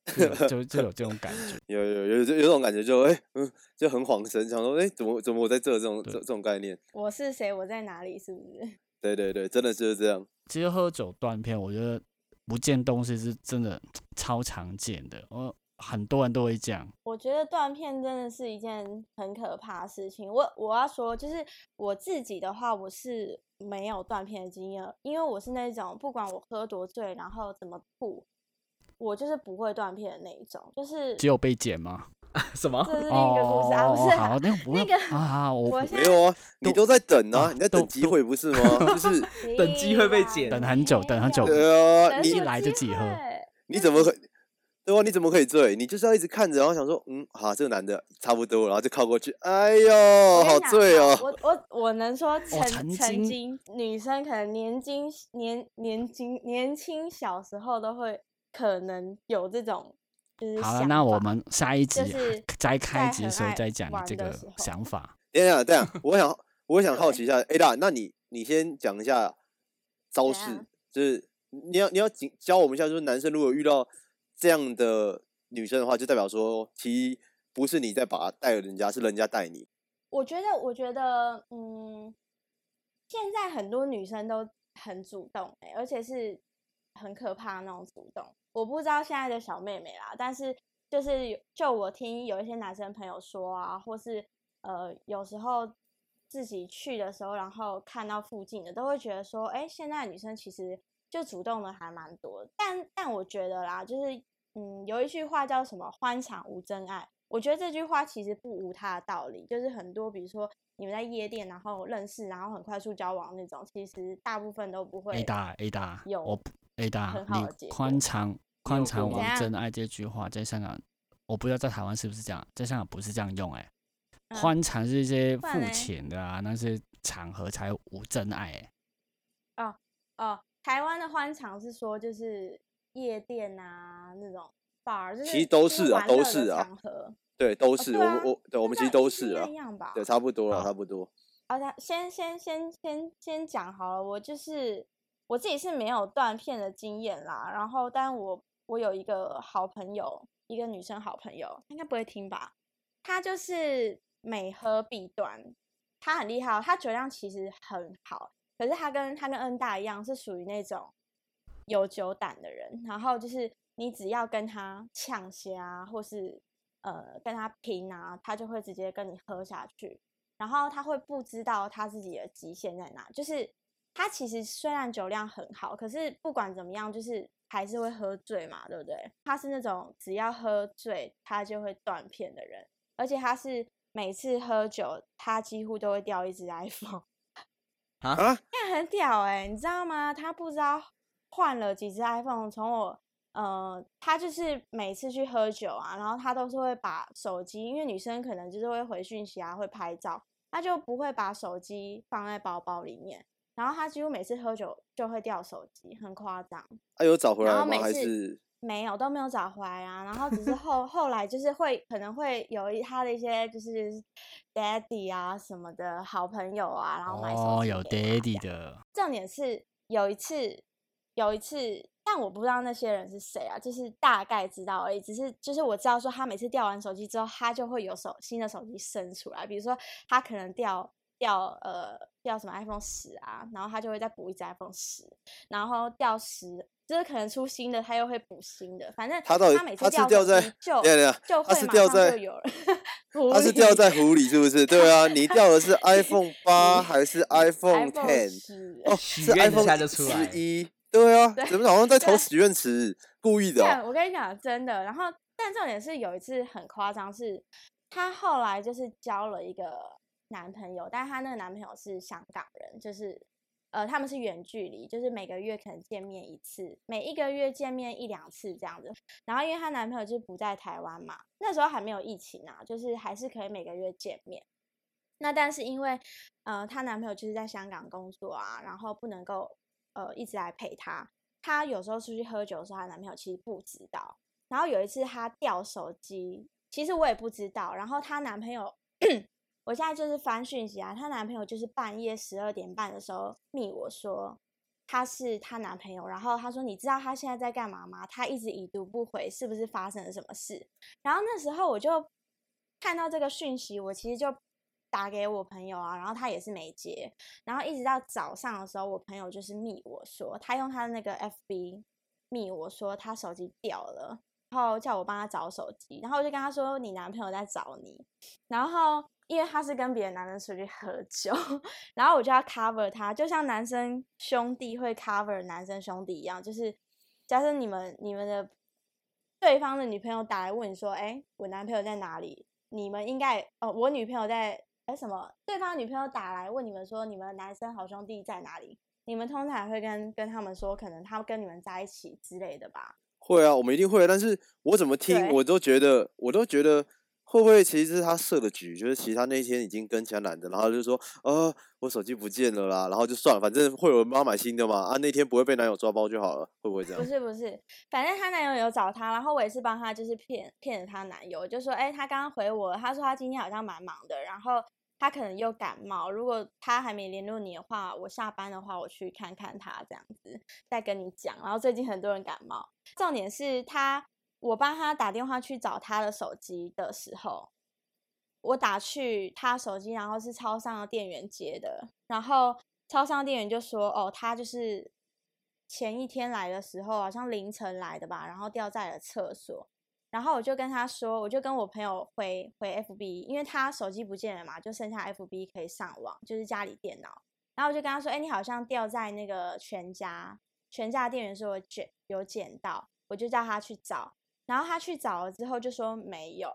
Speaker 5: 就有就就有这种感觉。
Speaker 6: 有有有有这有种感觉就，哎嗯，就很恍神，想说哎、怎么怎么我在这这种这
Speaker 5: 对
Speaker 6: 这种概念，
Speaker 2: 我是谁，我在哪里，是不是？ (laughs)
Speaker 6: 对对对，真的就是这样。
Speaker 5: 其实喝酒断片，我觉得不见东西是真的超常见的，我很多人都会这样。
Speaker 2: 我觉得断片真的是一件很可怕的事情。我我要说，就是我自己的话，我是没有断片的经验，因为我是那种不管我喝多醉，然后怎么吐，我就是不会断片的那一种。就是
Speaker 5: 只有被剪吗？
Speaker 4: (laughs) 什么？
Speaker 2: 这是另一个故
Speaker 5: 哦
Speaker 2: 事啊，不是
Speaker 5: 好
Speaker 2: 啊，
Speaker 5: 那个不
Speaker 2: 那
Speaker 5: 要
Speaker 2: 个
Speaker 5: 啊啊，我
Speaker 2: 我现
Speaker 6: 没
Speaker 2: 在
Speaker 6: 有啊，你都在等啊，
Speaker 5: 都
Speaker 6: 你在等
Speaker 5: 都
Speaker 6: 机会不是吗？就是
Speaker 4: 等机会被
Speaker 2: 啦
Speaker 4: 剪
Speaker 5: 等很久等很久
Speaker 2: 没有
Speaker 6: 对啊，
Speaker 2: 等
Speaker 6: 你
Speaker 2: 什么
Speaker 5: 来就自
Speaker 2: 机
Speaker 5: 己喝
Speaker 2: 会
Speaker 6: 你怎么可？对啊，你怎么可以醉？你就是要一直看着，然后想说，嗯，好、这个男的差不多，然后就靠过去，哎呦，
Speaker 2: 我跟
Speaker 6: 好
Speaker 2: 你讲
Speaker 6: 醉哦！
Speaker 2: 我我我能说曾
Speaker 5: 哦曾
Speaker 2: 曾
Speaker 5: 经
Speaker 2: 经女生可能年轻年年轻年轻小时候都会可能有这种就是
Speaker 5: 好了，
Speaker 2: 想
Speaker 5: 那我
Speaker 2: 法
Speaker 5: 们下一集
Speaker 2: 就是
Speaker 5: 再开
Speaker 2: 在
Speaker 5: 集
Speaker 2: 很
Speaker 5: 的时候
Speaker 2: 爱
Speaker 5: 再讲你
Speaker 2: 玩
Speaker 5: 这
Speaker 2: 的
Speaker 5: 个
Speaker 2: 时候
Speaker 5: 想法。
Speaker 6: 等一下，等一下，我想，我想好奇一下，哎大，那你你先讲一下招
Speaker 2: 怎
Speaker 6: 式
Speaker 2: 样，
Speaker 6: 就是你要你要警教我们一下，就是男生如果遇到这样的女生的话，就代表说，其实不是你在把她带人家，是人家带你。
Speaker 2: 我觉得，我觉得，嗯，现在很多女生都很主动、欸，而且是很可怕的那种主动。我不知道现在的小妹妹啦，但是就是有就我听有一些男生朋友说啊，或是呃，有时候自己去的时候，然后看到附近的，都会觉得说，哎、现在的女生其实就主动的还蛮多的。但但我觉得啦，就是嗯，有一句话叫什么“欢场无真爱”，我觉得这句话其实不无它的道理。就是很多，比如说你们在夜店然后认识，然后很快速交往那种，其实大部分都不会
Speaker 5: A 大 A 大，
Speaker 2: 有
Speaker 5: 我 A 大
Speaker 2: 很，好的
Speaker 5: 你
Speaker 2: 结
Speaker 5: 宽
Speaker 2: 果
Speaker 5: 长宽长
Speaker 4: 过
Speaker 5: 王
Speaker 2: 吗
Speaker 5: 真爱这句话在香港，我不知道在台湾是不是这样，在香港不是这样用哎、
Speaker 2: 嗯
Speaker 5: 欢场是一些
Speaker 2: 不然
Speaker 5: 付
Speaker 2: 嘞
Speaker 5: 钱的啊，那些场合才无真爱、欸。
Speaker 2: 哦，台湾的欢场是说就是夜店啊那种 bar，就是
Speaker 6: 其实都
Speaker 2: 就是
Speaker 6: 啊
Speaker 2: 玩
Speaker 6: 都
Speaker 2: 乐的
Speaker 6: 是啊
Speaker 2: 场合
Speaker 6: 对，都
Speaker 2: 哦
Speaker 6: 是、
Speaker 2: 对
Speaker 6: 我
Speaker 2: 啊
Speaker 6: 们我对我们其
Speaker 2: 那
Speaker 6: 实
Speaker 2: 那
Speaker 6: 都
Speaker 2: 一
Speaker 6: 是
Speaker 2: 定
Speaker 6: 了
Speaker 2: 那，样吧？
Speaker 6: 对，差不多了，
Speaker 5: 好
Speaker 6: 差不多。
Speaker 2: 啊，他先先先先先讲好了，我就是我自己是没有断片的经验啦。然后，但我我有一个好朋友，一个女生好朋友，应该不会听吧？她就是每喝必断，她很厉害哦，她酒量其实很好，可是她跟她跟恩大一样，是属于那种有酒胆的人。然后就是你只要跟她呛些啊，或是呃跟她拼啊，她就会直接跟你喝下去。然后他会不知道他自己的极限在哪，就是他其实虽然酒量很好，可是不管怎么样，就是还是会喝醉嘛，对不对？他是那种只要喝醉他就会断片的人，而且他是每次喝酒他几乎都会掉一只 iPhone，
Speaker 6: 啊，
Speaker 2: 那很屌哎、你知道吗？他不知道换了几只 iPhone，从我。呃，他就是每次去喝酒啊，然后他都是会把手机，因为女生可能就是会回讯息啊，会拍照，他就不会把手机放在包包里面，然后他几乎每次喝酒就会掉手机，很夸张。
Speaker 6: 啊有找回来
Speaker 2: 然后
Speaker 6: 吗？
Speaker 2: 每
Speaker 6: 还
Speaker 2: 次
Speaker 6: 是
Speaker 2: 没有都没有找回来啊，然后只是后后来就是会可能会有一他的一些就是 daddy 啊什么的好朋友啊，然后买手
Speaker 5: 哦，
Speaker 2: 机
Speaker 5: 有
Speaker 2: 给他
Speaker 5: daddy
Speaker 2: 这样
Speaker 5: 的，
Speaker 2: 重点是有一次有一次，但我不知道那些人是谁啊，就是大概知道而已，只是就是我知道说他每次掉完手机之后，他就会有手新的手机生出来，比如说他可能掉。掉呃掉什么 iPhone 十啊，然后他就会再补一只 iPhone 十，然后掉十，就是可能出新的，他又会补新的。反正
Speaker 6: 他到底
Speaker 2: 每次
Speaker 6: 他是
Speaker 2: 掉
Speaker 6: 掉
Speaker 2: 手
Speaker 6: 在
Speaker 2: 机就
Speaker 6: 等一下
Speaker 2: 就
Speaker 6: 他
Speaker 2: 会
Speaker 6: 是
Speaker 2: 马
Speaker 6: 掉
Speaker 2: 上
Speaker 6: 在
Speaker 2: 就有人， (laughs) 不
Speaker 6: 他是掉
Speaker 2: 理
Speaker 6: 在湖里是不是？对啊，你掉
Speaker 2: (laughs)
Speaker 6: 的是 iPhone (laughs) 八还是 iPhone
Speaker 2: iPhone
Speaker 6: Ten？
Speaker 2: 10
Speaker 6: 哦，
Speaker 4: 许
Speaker 6: 是
Speaker 4: 愿一
Speaker 6: iPhone
Speaker 4: 下就出来了
Speaker 6: 十一，对啊
Speaker 2: 对，
Speaker 6: 怎么好像在
Speaker 2: 对
Speaker 6: 投许愿池？故意的
Speaker 2: 但
Speaker 6: 哦，
Speaker 2: 我跟你讲，真的。然后，但重点是有一次很夸张，是她后来就是交了一个男朋友，但是她那个男朋友是香港人，就是呃，他们是远距离，就是每个月可能见面一次，每一个月见面一两次这样子。然后因为她男朋友就是不在台湾嘛，那时候还没有疫情啊，就是还是可以每个月见面。那但是因为呃，她男朋友就是在香港工作啊，然后不能够呃一直来陪她。她有时候出去喝酒的时候，她男朋友其实不知道。然后有一次她掉手机，其实我也不知道。然后她男朋友， (clears throat) 我现在就是翻讯息啊，她男朋友就是半夜十二点半的时候密我说。她是她男朋友，然后她说：“你知道他现在在干嘛吗？他一直已读不回，是不是发生了什么事？”然后那时候我就看到这个讯息，我其实就打给我朋友啊，然后他也是没接，然后一直到早上的时候，我朋友就是密我说，他用他的那个 FB 密我说他手机掉了，然后叫我帮他找手机，然后我就跟他说你男朋友在找你，然后因为他是跟别的男人出去喝酒， (laughs) 然后我就要 cover 他，就像男生兄弟会 cover 男生兄弟一样，就是假设你们你们的对方的女朋友打来问你说，哎、我男朋友在哪里？你们应该哦，我女朋友在哎什么？对方女朋友打来问你们说，你们男生好兄弟在哪里？你们通常会跟跟他们说，可能他跟你们在一起之类的吧？
Speaker 6: 会啊，我们一定会啊。但是我怎么听，
Speaker 2: 对
Speaker 6: 我都觉得，我都觉得会不会其实是他设的局？就是其实他那天已经跟其他男的，然后就说，呃，我手机不见了啦，然后就算了，反正会有人帮他买新的嘛。啊，那天不会被男友抓包就好了，会不会这
Speaker 2: 不
Speaker 6: 样？
Speaker 2: 是不是，反正她男友有找她，然后我也是帮她，就是骗骗了她男友，就说，哎、她刚刚回我了，她说她今天好像蛮忙的，然后她可能又感冒，如果她还没联络你的话，我下班的话我去看看她这样子，再跟你讲。然后最近很多人感冒，重点是她，我帮她打电话去找她的手机的时候，我打去她手机，然后是超商的店员接的，然后超商店员就说：“哦，她就是前一天来的时候，好像凌晨来的吧，然后掉在了厕所。”然后我就跟他说，我就跟我朋友回回 FB，因为他手机不见了嘛，就剩下 FB 可以上网，就是家里电脑。然后我就跟他说：“哎、你好像掉在那个全家，全家店员说我捡有捡到，我就叫他去找。然后他去找了之后就说没有，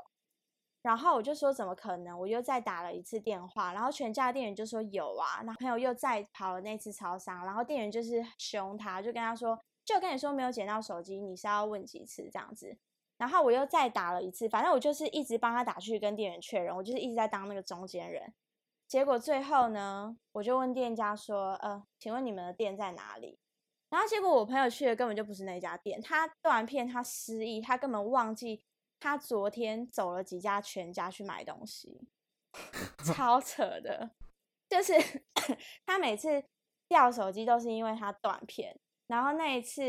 Speaker 2: 然后我就说怎么可能？我又再打了一次电话，然后全家店员就说有啊，然后朋友又再跑了那次超商，然后店员就是凶他，就跟他说，就跟你说没有捡到手机，你是要问几次这样子。然后我又再打了一次，反正我就是一直帮他打去跟店员确认，我就是一直在当那个中间人。结果最后呢，我就问店家说：“呃，请问你们的店在哪里？”然后结果我朋友去的根本就不是那家店，他断片，他失忆，他根本忘记他昨天走了几家全家去买东西， (laughs) 超扯的。就是 (coughs) 他每次掉手机都是因为他断片，然后那一次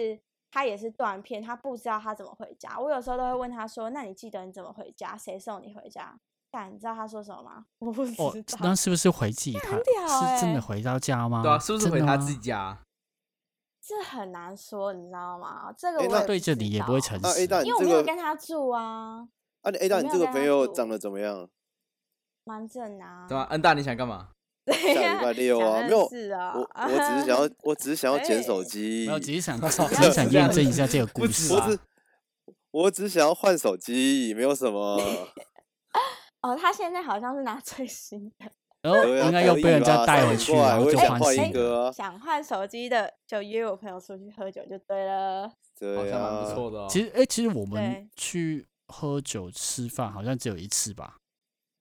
Speaker 2: 他也是断片，他不知道他怎么回家。我有时候都会问他说：“那你记得你怎么回家？谁送你回家？”但你知道他说什么吗？我不知道。
Speaker 5: 哦，那是不是回自己
Speaker 2: 很
Speaker 5: 他？
Speaker 2: 屌
Speaker 5: 是真
Speaker 2: 欸
Speaker 5: 的回到家吗？
Speaker 4: 对啊，是不是
Speaker 5: 真
Speaker 4: 回
Speaker 5: 的
Speaker 4: 他
Speaker 5: 吗
Speaker 4: 自己？家？
Speaker 2: 这很难说，你知道吗？这个
Speaker 6: 诶
Speaker 2: 我
Speaker 6: 那
Speaker 2: 也
Speaker 5: 对
Speaker 2: 不
Speaker 5: 着
Speaker 2: 知
Speaker 5: 你也不会
Speaker 2: 道
Speaker 5: 诚
Speaker 4: 啊
Speaker 6: 那 A
Speaker 5: 实。啊
Speaker 6: 大，你
Speaker 2: 因为我
Speaker 6: 这
Speaker 2: 没有
Speaker 6: 个，
Speaker 2: 跟他住啊，
Speaker 6: 啊，你 A 大，
Speaker 2: 我
Speaker 6: 你
Speaker 2: 没
Speaker 6: 这个
Speaker 2: 有跟
Speaker 6: 朋
Speaker 2: 他
Speaker 6: 友
Speaker 2: 住
Speaker 6: 长得怎么 (laughs) 样？
Speaker 2: 蛮正啊。 (laughs)
Speaker 4: 对吧？恩大，你想干嘛？
Speaker 2: 对
Speaker 6: 下
Speaker 2: 呀
Speaker 6: 礼拜六
Speaker 2: 讲
Speaker 6: 啊
Speaker 2: 得
Speaker 6: 没有
Speaker 2: 是啊，
Speaker 6: 我我只是想要，我只是想要捡手
Speaker 2: 哎
Speaker 6: 机
Speaker 5: 没，有，只是
Speaker 4: (laughs)
Speaker 5: 想，只是想验证一下这个故
Speaker 4: 不止
Speaker 5: 事
Speaker 6: 我
Speaker 5: 啊。
Speaker 6: 只我只想要换手机，没有什
Speaker 4: (laughs)
Speaker 6: 么。
Speaker 2: 哦，他现在好像是拿最新的，
Speaker 5: 然后
Speaker 6: 对啊
Speaker 5: 应该又
Speaker 6: 可
Speaker 5: 被
Speaker 6: 以
Speaker 5: 人家
Speaker 6: 吧
Speaker 5: 带
Speaker 6: 三
Speaker 5: 回
Speaker 6: 十
Speaker 5: 去，
Speaker 6: 块
Speaker 4: 啊
Speaker 5: 然后
Speaker 6: 我也
Speaker 5: 就
Speaker 6: 想
Speaker 5: 换
Speaker 6: 换一
Speaker 5: 新
Speaker 6: 个
Speaker 5: 的。
Speaker 6: 啊
Speaker 4: 哎
Speaker 2: 想换手机的就约我朋友出去喝酒就对了。
Speaker 4: 好
Speaker 6: 对
Speaker 4: 像蛮
Speaker 6: 啊，
Speaker 4: 不错的哦。
Speaker 5: 其实，哎，其实我
Speaker 2: 对
Speaker 5: 们去喝酒吃饭好像只有一次吧。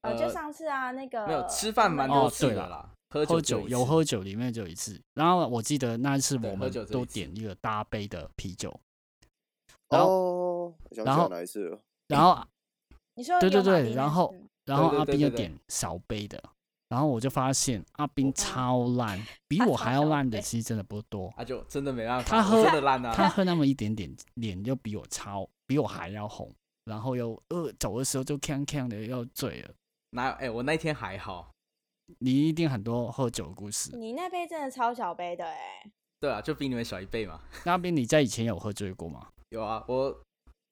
Speaker 2: 哦，就
Speaker 4: 呃
Speaker 2: 上次啊，那个
Speaker 4: 没有吃饭蛮
Speaker 5: 哦
Speaker 4: 多
Speaker 2: 多
Speaker 4: 次
Speaker 5: 对
Speaker 4: 的
Speaker 5: 啦
Speaker 4: 啦，喝
Speaker 5: 喝
Speaker 4: 酒就
Speaker 5: 酒
Speaker 4: 一
Speaker 5: 有
Speaker 4: 次
Speaker 5: 喝酒里面只有一次，然后我记得那一次
Speaker 4: 对
Speaker 5: 我
Speaker 4: 喝
Speaker 5: 们
Speaker 4: 酒只有
Speaker 5: 都
Speaker 4: 一次
Speaker 5: 点一个大杯的啤
Speaker 4: (laughs)
Speaker 5: 酒，然后
Speaker 6: 哦，我想起
Speaker 5: 然
Speaker 6: 来
Speaker 5: 后
Speaker 6: 哪一次了？
Speaker 5: 然后啊
Speaker 2: 你说
Speaker 5: 对
Speaker 2: 有
Speaker 5: 对
Speaker 2: 马
Speaker 5: 对，
Speaker 2: 力
Speaker 5: 然
Speaker 2: 那
Speaker 5: 后
Speaker 2: 次吗
Speaker 5: 然
Speaker 4: 对
Speaker 5: 后
Speaker 4: 对
Speaker 5: 阿
Speaker 4: 对
Speaker 5: 斌就
Speaker 4: 对对
Speaker 5: 点小杯的，然后我就发现阿斌超烂，比
Speaker 2: 他
Speaker 5: 我
Speaker 2: 超
Speaker 5: 还要
Speaker 2: 小
Speaker 5: 烂的
Speaker 2: 杯
Speaker 5: 其实真的不多，
Speaker 4: (laughs) 啊，就真的没办法，
Speaker 5: 他
Speaker 4: 我
Speaker 5: 喝
Speaker 4: 真的烂
Speaker 5: 他
Speaker 4: 啊，
Speaker 5: 喝那么一点点，脸就比我超，比我还要红，然后又呃走的时候就呛呛的要醉了。
Speaker 4: 哪有？哎，我那一天还好，
Speaker 5: 你一定很多喝酒的故事，
Speaker 4: 嗯
Speaker 2: 你那杯真的超小杯的哎、
Speaker 4: 对啊，就比你们小一倍嘛。
Speaker 5: 那阿斌你在以前有喝醉过吗？
Speaker 4: 有啊，我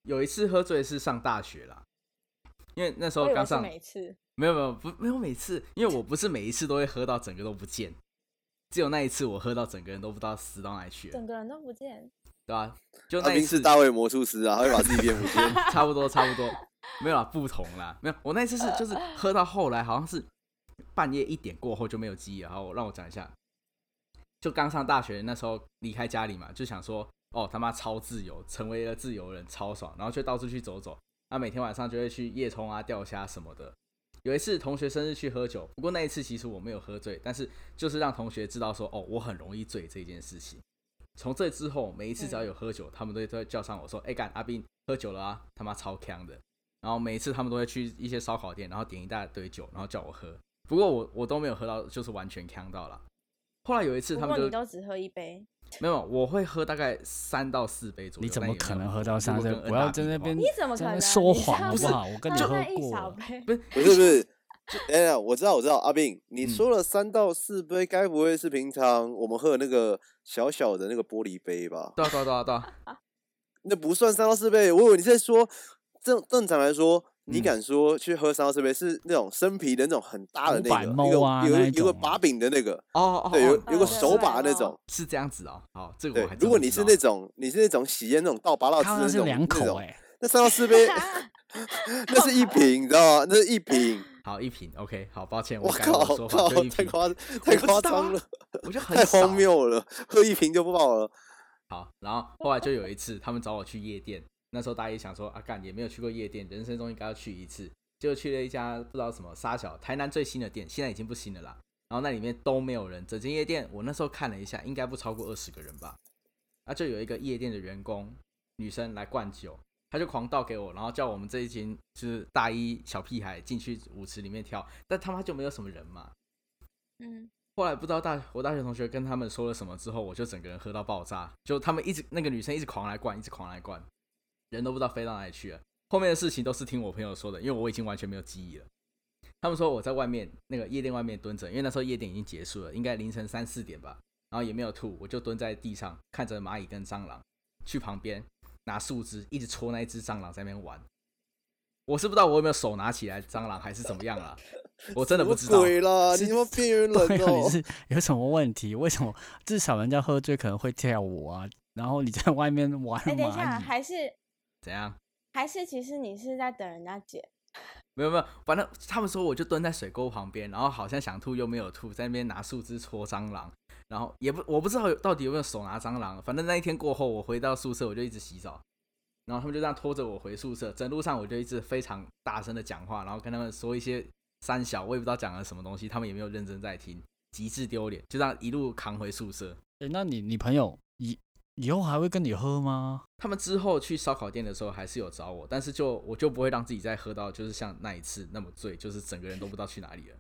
Speaker 4: 有一次喝醉是上大学啦，因为那时
Speaker 6: 哦
Speaker 2: 我
Speaker 4: 候
Speaker 2: 以为
Speaker 4: 刚
Speaker 2: 是
Speaker 4: 上，
Speaker 2: 每次。
Speaker 4: 没有没有不没有每次，因为我不是每一次都会喝到整个都不见，只有那一次我喝到整个人都不知道死到哪里去了，
Speaker 2: 整个人都不见，
Speaker 4: 对吧、就
Speaker 6: 阿
Speaker 4: 那一
Speaker 6: 斌是
Speaker 4: 次
Speaker 6: 大卫魔术师啊，他会把自己变无限。
Speaker 4: 差不多差不多，没有啦，不同啦，没有。我那一次是就是喝到后来好像是半夜一点过后就没有记忆了，然后让我讲一下，就刚上大学那时候离开家里嘛，就想说哦他妈超自由，成为了自由人超爽，然后就到处去走走，那每天晚上就会去夜冲啊、钓虾什么的。有一次同学生日去喝酒，不过那一次其实我没有喝醉，但是就是让同学知道说哦我很容易醉这件事情。从这之后，每一次只
Speaker 2: 嗯
Speaker 4: 要有喝酒，他们都会都会叫上我说：“哎、干阿斌喝酒了啊，他妈超强的。”然后每一次他们都会去一些烧烤店，然后点一大堆酒，然后叫我喝。不过我我都没有喝到，就是完全呛到了。后来有一次
Speaker 2: 不
Speaker 4: 他
Speaker 2: 过
Speaker 4: 们就
Speaker 2: 你都只喝一杯，
Speaker 4: 没有，我会喝大概三到四杯左右。
Speaker 5: 你怎
Speaker 4: 但
Speaker 5: 么
Speaker 4: 也没
Speaker 5: 可
Speaker 4: 有
Speaker 5: 能
Speaker 4: 很
Speaker 5: 喝
Speaker 4: 多
Speaker 5: 到
Speaker 4: 如
Speaker 5: 三
Speaker 4: 果
Speaker 5: 岁？
Speaker 4: 跟
Speaker 5: 不
Speaker 4: 恩
Speaker 5: 要
Speaker 4: 达
Speaker 5: 在
Speaker 4: 比
Speaker 5: 那
Speaker 4: 的话
Speaker 5: 边
Speaker 2: 你怎么
Speaker 5: 在
Speaker 2: 可
Speaker 5: 那
Speaker 2: 能
Speaker 5: 说
Speaker 2: 你
Speaker 5: 谎
Speaker 2: 上
Speaker 5: 好不
Speaker 2: 次
Speaker 5: 好？我跟你
Speaker 2: 喝
Speaker 5: 喝
Speaker 2: 那一
Speaker 5: 过
Speaker 2: 小
Speaker 5: 了。
Speaker 2: (laughs) 杯，
Speaker 6: 不是不是，等一下，我知道我知道，阿斌，你
Speaker 4: 嗯
Speaker 6: 说了三到四杯，该不会是平常我们喝的那个小小的那个玻璃杯吧？
Speaker 4: 对啊对啊对啊对啊，
Speaker 6: 那不算三到四杯，我以为你在说正正常来说。你
Speaker 4: 嗯
Speaker 6: 敢说去喝三到四杯是那种生啤的那种很大的那
Speaker 5: 500
Speaker 6: 个，
Speaker 5: ml
Speaker 6: 有
Speaker 5: 啊
Speaker 6: 有
Speaker 5: 那一
Speaker 6: 有个
Speaker 5: 种啊
Speaker 6: 把柄的那个，
Speaker 4: 哦哦
Speaker 6: 对，有
Speaker 4: 哦，
Speaker 6: 有个
Speaker 2: 对
Speaker 6: 手把那
Speaker 2: 500ml
Speaker 6: 种。
Speaker 4: 是这样子哦。好，这个
Speaker 6: 对
Speaker 4: 我还，真
Speaker 6: 如果
Speaker 4: 不
Speaker 6: 你
Speaker 4: 知
Speaker 6: 是
Speaker 4: 道
Speaker 6: 那种你是那种喜宴那种倒拔到汁
Speaker 5: 他
Speaker 6: 啊的那
Speaker 5: 那是
Speaker 6: 种，
Speaker 5: 两
Speaker 6: 那
Speaker 5: 口
Speaker 6: 种
Speaker 5: 哎、
Speaker 6: 那三到四
Speaker 4: (laughs)
Speaker 6: 杯，那是一瓶，你知道吗？那是一
Speaker 4: (laughs)
Speaker 6: 瓶。
Speaker 4: 好一瓶，OK，好，抱歉，
Speaker 6: 我
Speaker 4: 改我的
Speaker 6: 靠，
Speaker 4: 说法
Speaker 6: 靠，
Speaker 4: 就一
Speaker 6: 太
Speaker 4: 瓶，
Speaker 6: 夸太
Speaker 4: 我
Speaker 6: 夸
Speaker 4: 不知道啊
Speaker 6: 张了，
Speaker 4: 我就很
Speaker 6: 太
Speaker 4: 少
Speaker 6: 荒谬了，喝一瓶就不爆了。
Speaker 4: 好，然后后来就有一次，他们找我去夜店，那时候大一想说啊，干也没有去过夜店，人生中应该要去一次，就去了一家不知道什么沙小台南最新的店，现在已经不新了啦。然后那里面都没有人，整间夜店我那时候看了一下，应该不超过二十个人吧。啊，就有一个夜店的员工女生来灌酒，她就狂倒给我，然后叫我们这一群就是大一小屁孩进去舞池里面跳，但他妈就没有什么人嘛，
Speaker 2: 嗯，
Speaker 4: 后来不知道大我大学同学跟他们说了什么之后，我就整个人喝到爆炸，就他们一直那个女生一直狂来灌，一直狂来灌，人都不知道飞到哪里去了。后面的事情都是听我朋友说的，因为我已经完全没有记忆了。他们说我在外面那个夜店外面蹲着，因为那时候夜店已经结束了，应该凌晨三四点吧，然后也没有吐，我就蹲在地上看着蚂蚁跟蟑螂，去旁边拿树枝一直戳那一只蟑螂在那边玩。我是不知道我有没有手拿起来蟑螂还是怎么样啦，我真的不知
Speaker 6: 什么
Speaker 4: 道。
Speaker 6: 鬼啦！
Speaker 5: 是
Speaker 6: 你他妈边
Speaker 4: (laughs)
Speaker 6: 缘
Speaker 5: (laughs) 对
Speaker 6: 人
Speaker 5: 啊，你
Speaker 6: 哦！
Speaker 5: 是有什么问题？为什么至少人家喝醉可能会跳舞啊？然后你在外面玩
Speaker 2: 哎、等一下，
Speaker 5: 蚂蚁，
Speaker 2: 还是
Speaker 4: 怎样？
Speaker 2: 还是其实你是在等人家解，
Speaker 4: 没有没有，反正他们说我就蹲在水沟旁边，然后好像想吐又没有吐，在那边拿树枝戳蟑螂，然后也不我不知道有到底有没有手拿蟑螂，反正那一天过后，我回到宿舍我就一直洗澡，然后他们就这样拖着我回宿舍，整路上我就一直非常大声的讲话，然后跟他们说一些三小，我也不知道讲了什么东西，他们也没有认真在听，极致丢脸，就这样一路扛回宿舍。
Speaker 5: 诶那你你朋友以以后还会跟你喝吗？
Speaker 4: 他们之后去烧烤店的时候还是有找我，但是就我就不会让自己再喝到就是像那一次那么醉，就是整个人都不知道去哪里了，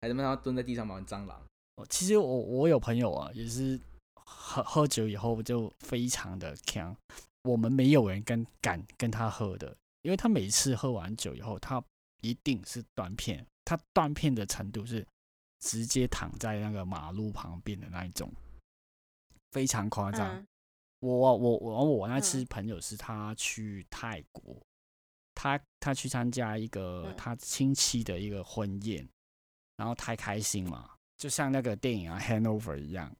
Speaker 4: 还他妈蹲在地上玩蟑螂。
Speaker 5: 哦其实我我有朋友啊，也是喝喝酒以后就非常的强，我们没有人跟敢跟他喝的，因为他每次喝完酒以后，他一定是断片，他断片的程度是直接躺在那个马路旁边的那一种，非常夸张。
Speaker 2: 嗯
Speaker 5: 我我我我那次
Speaker 2: 嗯
Speaker 5: 朋友是他去泰国，他他去参加一个
Speaker 2: 嗯
Speaker 5: 他亲戚的一个婚宴，然后太开心嘛，就像那个电影啊《Hangover》一样，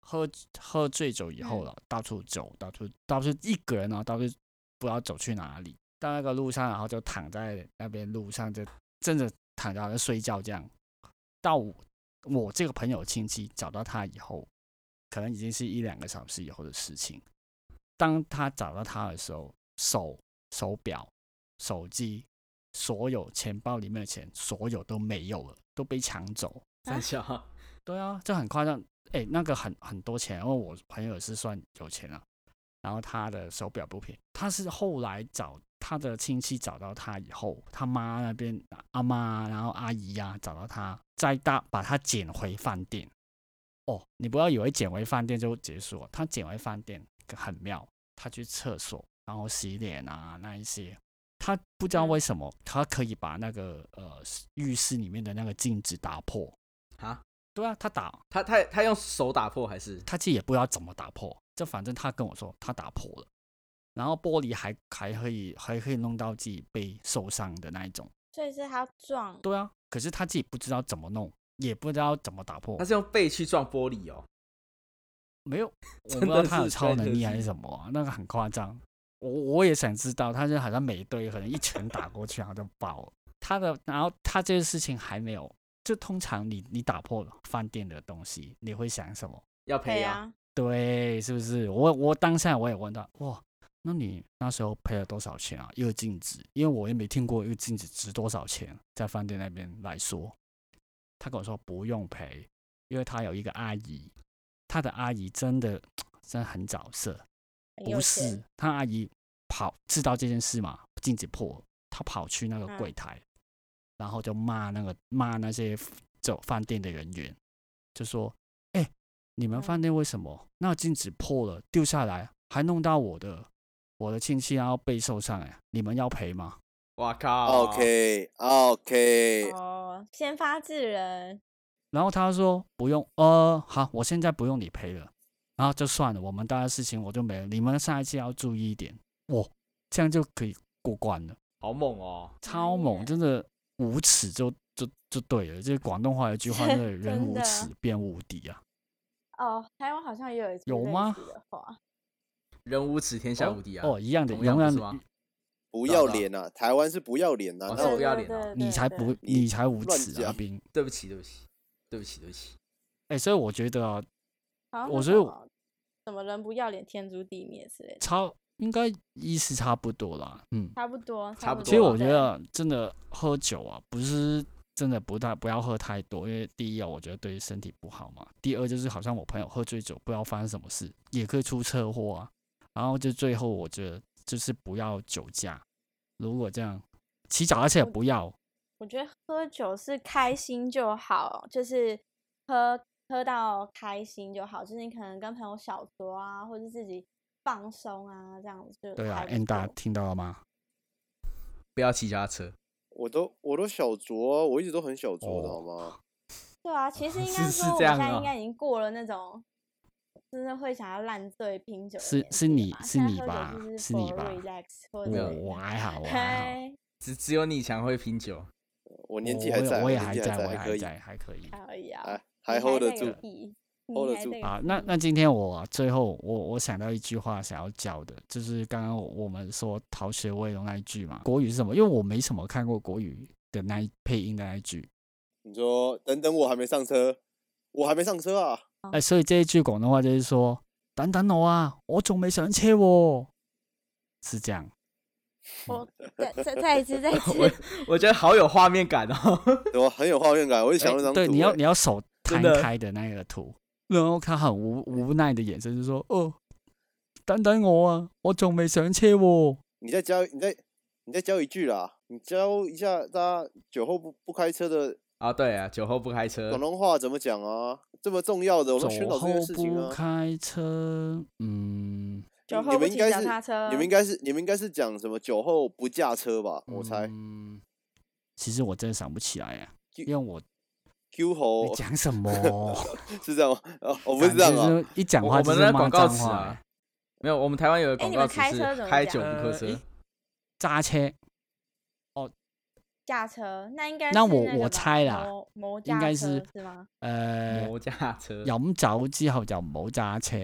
Speaker 5: 喝喝醉酒以后
Speaker 2: 嗯
Speaker 5: 了，到处走，到处到处一个人啊，到处不知道走去哪里，到那个路上，然后就躺在那边路上，就真的躺着好像睡觉这样。到我我这个朋友亲戚找到他以后，可能已经是一两个小时以后的事情。当他找到他的时候，手、手表、手机、所有钱包里面的钱，所有都没有了，都被抢走。
Speaker 4: (laughs) 三小，
Speaker 5: 对啊，这很夸张。哎、那个很很多钱，因为我朋友是算有钱啊。然后他的手表不便宜，他是后来找他的亲戚找到他以后，他妈那边阿妈，然后阿姨呀、找到他，再搭把他捡回饭店。哦，你不要以为捡回饭店就结束了，他捡回饭店很妙，他去厕所，然后洗脸啊那一些，他不知道
Speaker 2: 嗯
Speaker 5: 为什么他可以把那个呃浴室里面的那个镜子打破
Speaker 4: 啊。
Speaker 5: 对啊，他打
Speaker 4: 他他他用手打破还是？
Speaker 5: 他自己也不知道怎么打破，就反正他跟我说他打破了，然后玻璃还还可以还可以弄到自己被受伤的那一种。
Speaker 2: 所以是他撞，
Speaker 5: 对啊，可是他自己不知道怎么弄，也不知道怎么打破
Speaker 4: 他。是用背去撞玻璃哦。 (laughs)
Speaker 5: 没有，我
Speaker 4: 真
Speaker 5: 不知
Speaker 4: 的
Speaker 5: 道他
Speaker 4: 是
Speaker 5: 有超
Speaker 4: 太
Speaker 5: 能
Speaker 4: 特
Speaker 5: 力还
Speaker 4: 技
Speaker 5: 是什么啊、那个很夸张。我我也想知道，他就好像每一队可能一拳打过去，然后就爆了。他的，然后他这个事情还没有，就通常你你打破饭店的东西，你会想什么？
Speaker 4: 要赔
Speaker 2: 对
Speaker 4: 啊！
Speaker 2: 啊，
Speaker 5: 对，是不是？我我当下我也问他，哇，那你那时候赔了多少钱啊？一个镜子，因为我也没听过一个镜子值多少钱，在饭店那边来说，他跟我说不用赔，因为他有一个阿姨，他的阿姨真的真的很早色，
Speaker 2: 很有
Speaker 5: 不
Speaker 2: 钱
Speaker 5: 是，他阿姨跑知道这件事嘛，镜子破了，他跑去那个
Speaker 2: 嗯
Speaker 5: 柜台，然后就骂那个骂那些 f- 走饭店的人员，就说：“哎、你们
Speaker 2: 嗯
Speaker 5: 饭店为什么那镜子破了掉下来，还弄到我的我的亲戚，然后被受伤、哎，你们要赔吗？”
Speaker 4: 哇靠
Speaker 6: OK
Speaker 4: (laughs)
Speaker 6: OK，
Speaker 2: 哦，先发制人，
Speaker 5: 然后他说不用，呃，好，我现在不用你赔了，然后就算了，我们大家事情我就没了，你们下一次要注意一点，哇，这样就可以过关了。
Speaker 4: 好猛哦！
Speaker 5: 超猛，
Speaker 2: 耶
Speaker 5: 真的无耻就就就对了。这广东话有一句话，
Speaker 2: (laughs) 真
Speaker 5: 那个人
Speaker 2: 真
Speaker 5: 无
Speaker 2: 的
Speaker 5: 耻便无敌啊。
Speaker 2: 哦，台湾好像也有一句
Speaker 5: 有
Speaker 2: 类
Speaker 5: 吗
Speaker 2: 似的话， (laughs)
Speaker 4: 人无耻，天下无敌啊！
Speaker 5: 哦，一样的，
Speaker 4: 同
Speaker 5: 同
Speaker 4: 样不
Speaker 5: 样
Speaker 4: 是
Speaker 5: 的
Speaker 4: 吗，
Speaker 6: 不
Speaker 4: 找
Speaker 6: 要
Speaker 4: 到
Speaker 6: 脸啊！台湾是不要脸啊！
Speaker 4: 哦
Speaker 6: 那
Speaker 4: 是
Speaker 6: 我
Speaker 4: 不要脸啊
Speaker 2: 对
Speaker 5: 你才，不
Speaker 2: 对，
Speaker 5: 你才无
Speaker 6: 乱
Speaker 5: 耻啊，
Speaker 6: 讲
Speaker 5: 阿斌。
Speaker 4: 对不起，对不起，对不起，对不起。
Speaker 5: 哎，所以我觉得啊，
Speaker 2: 对好像
Speaker 5: 我
Speaker 2: 是
Speaker 5: 觉得
Speaker 2: 什么什么人不要脸，天诛地灭之类的，
Speaker 5: 差应该意思差不多啦。嗯，
Speaker 2: 差不多，
Speaker 4: 差不
Speaker 5: 其实
Speaker 4: 多
Speaker 5: 我觉
Speaker 2: 对
Speaker 5: 得真的喝酒啊，不是真的不大不要喝太多，因为第一啊，我觉得对身体不好嘛。第二就是好像我朋友喝醉酒，不知道发生什么事，也可以出车祸啊。然后就最后我觉得就是不要酒驾，如果这样骑脚踏车也不要，
Speaker 2: 我觉得喝酒是开心就好，就是喝喝到开心就好，就是你可能跟朋友小酌啊，或者自己放松啊，这样子就
Speaker 5: 对啊
Speaker 2: 还不
Speaker 5: ，N 大家
Speaker 2: 错
Speaker 5: 听到了吗？
Speaker 4: 不要骑脚踏车，
Speaker 6: 我都我都小酌啊，我一直都很小酌的
Speaker 5: 哦
Speaker 6: 好吗？
Speaker 2: 对啊，其实应
Speaker 4: 是
Speaker 2: 该
Speaker 4: 是
Speaker 2: 说
Speaker 4: 这
Speaker 2: 我们
Speaker 4: 样
Speaker 2: 现在
Speaker 4: 啊
Speaker 2: 应该已经过了那种真的会想要烂醉拼酒的
Speaker 5: 是
Speaker 2: 年
Speaker 5: 是
Speaker 2: 纪了
Speaker 5: 你
Speaker 2: 吧
Speaker 5: 是
Speaker 2: 现在
Speaker 5: 你
Speaker 2: 喝酒
Speaker 5: 吧
Speaker 2: 就是
Speaker 5: 你吧
Speaker 2: for relax 或
Speaker 5: 我
Speaker 2: 者
Speaker 5: 我还好，我还好，
Speaker 2: 嗨，
Speaker 4: 只只有你强会拼酒。 (laughs)
Speaker 6: 我
Speaker 5: 我
Speaker 6: 年纪
Speaker 5: 哦我
Speaker 6: 还
Speaker 5: 也
Speaker 6: 在啊，
Speaker 5: 我也
Speaker 6: 年
Speaker 5: 还
Speaker 6: 纪
Speaker 5: 在，
Speaker 6: 在，
Speaker 5: 我也
Speaker 6: 可
Speaker 5: 还
Speaker 6: 以，
Speaker 5: 在，还可以。
Speaker 2: 可以啊
Speaker 6: 还，还 hold 得
Speaker 2: 那
Speaker 6: 住
Speaker 2: 个。意
Speaker 6: hold
Speaker 2: 你
Speaker 6: 得
Speaker 2: 还
Speaker 6: 住
Speaker 2: 那个
Speaker 5: 啊，那
Speaker 2: 意
Speaker 5: 那今天我啊、最后我我想到一句话想要教的，就是刚刚我我们说“逃学威龙”那一句嘛，国语是什么？因为我没什么看过国语的那一配音的那一句，
Speaker 6: 你说等等，我还没上车，我还没上车啊！
Speaker 5: 哎、所以这一句广东话就是说：“等等我啊，我仲未上车喎、是这样。
Speaker 2: 我再再再一次再一次，
Speaker 4: 我我觉得好有画面感哦。 (laughs)
Speaker 6: 对吧？很有画面感，我就想
Speaker 5: 哎
Speaker 6: 那张图、欸
Speaker 5: 对，你要你
Speaker 6: 要
Speaker 5: 要手
Speaker 4: 真
Speaker 5: 摊
Speaker 4: 的
Speaker 5: 开的那个图，然后他很无无奈的眼神，就说：“哦，等等我啊，我仲未上车喎、
Speaker 6: 你再教你再你再教一句啦，你教一下大家酒后不不开车的
Speaker 4: 啊，对啊，酒后不开车
Speaker 6: 广，东话怎么讲啊？这么重要的，我们宣
Speaker 5: 呃酒
Speaker 6: 导这
Speaker 5: 后
Speaker 6: 件事情
Speaker 5: 不
Speaker 6: 啊。
Speaker 5: 开车，嗯，
Speaker 2: 酒
Speaker 6: 你
Speaker 2: 后不
Speaker 6: 们应
Speaker 2: 骑
Speaker 6: 该
Speaker 2: 脚
Speaker 6: 是
Speaker 2: 踏车，
Speaker 6: 你们应该是你们应该是讲什么酒后不驾车吧？我猜
Speaker 5: 嗯，其实我真的想不起来呀、
Speaker 6: 就
Speaker 5: 因为我
Speaker 6: Q
Speaker 5: 你
Speaker 6: 猴
Speaker 5: 讲
Speaker 6: (laughs)
Speaker 5: 什么？
Speaker 6: 是这样吗？
Speaker 4: (laughs)
Speaker 6: 啊，我不是这样啊，
Speaker 5: 感觉就是一讲
Speaker 4: 我
Speaker 5: 话
Speaker 4: 我
Speaker 5: 就
Speaker 4: 们
Speaker 5: 是
Speaker 4: 的
Speaker 5: 骂
Speaker 4: 广告
Speaker 5: 脏
Speaker 4: 词
Speaker 5: 话、哎
Speaker 4: 啊，没有，我们台湾有个
Speaker 2: 哎
Speaker 4: 广
Speaker 2: 你
Speaker 4: 告
Speaker 2: 们
Speaker 4: 词
Speaker 2: 开车
Speaker 4: 是
Speaker 2: 怎么
Speaker 4: 开
Speaker 2: 讲啊
Speaker 4: 酒不
Speaker 5: 呃
Speaker 4: 开车
Speaker 5: 诶。揸车
Speaker 2: 驾车，那应该
Speaker 5: 那
Speaker 2: 是
Speaker 5: 我
Speaker 2: 个
Speaker 5: 我
Speaker 2: 吧
Speaker 5: 猜啦
Speaker 2: 摩摩
Speaker 5: 应
Speaker 2: 驾
Speaker 5: 该
Speaker 2: 车
Speaker 5: 是
Speaker 2: 是吗？
Speaker 5: 诶，
Speaker 4: 摩驾车，
Speaker 5: 飲呃酒之後就唔好揸車，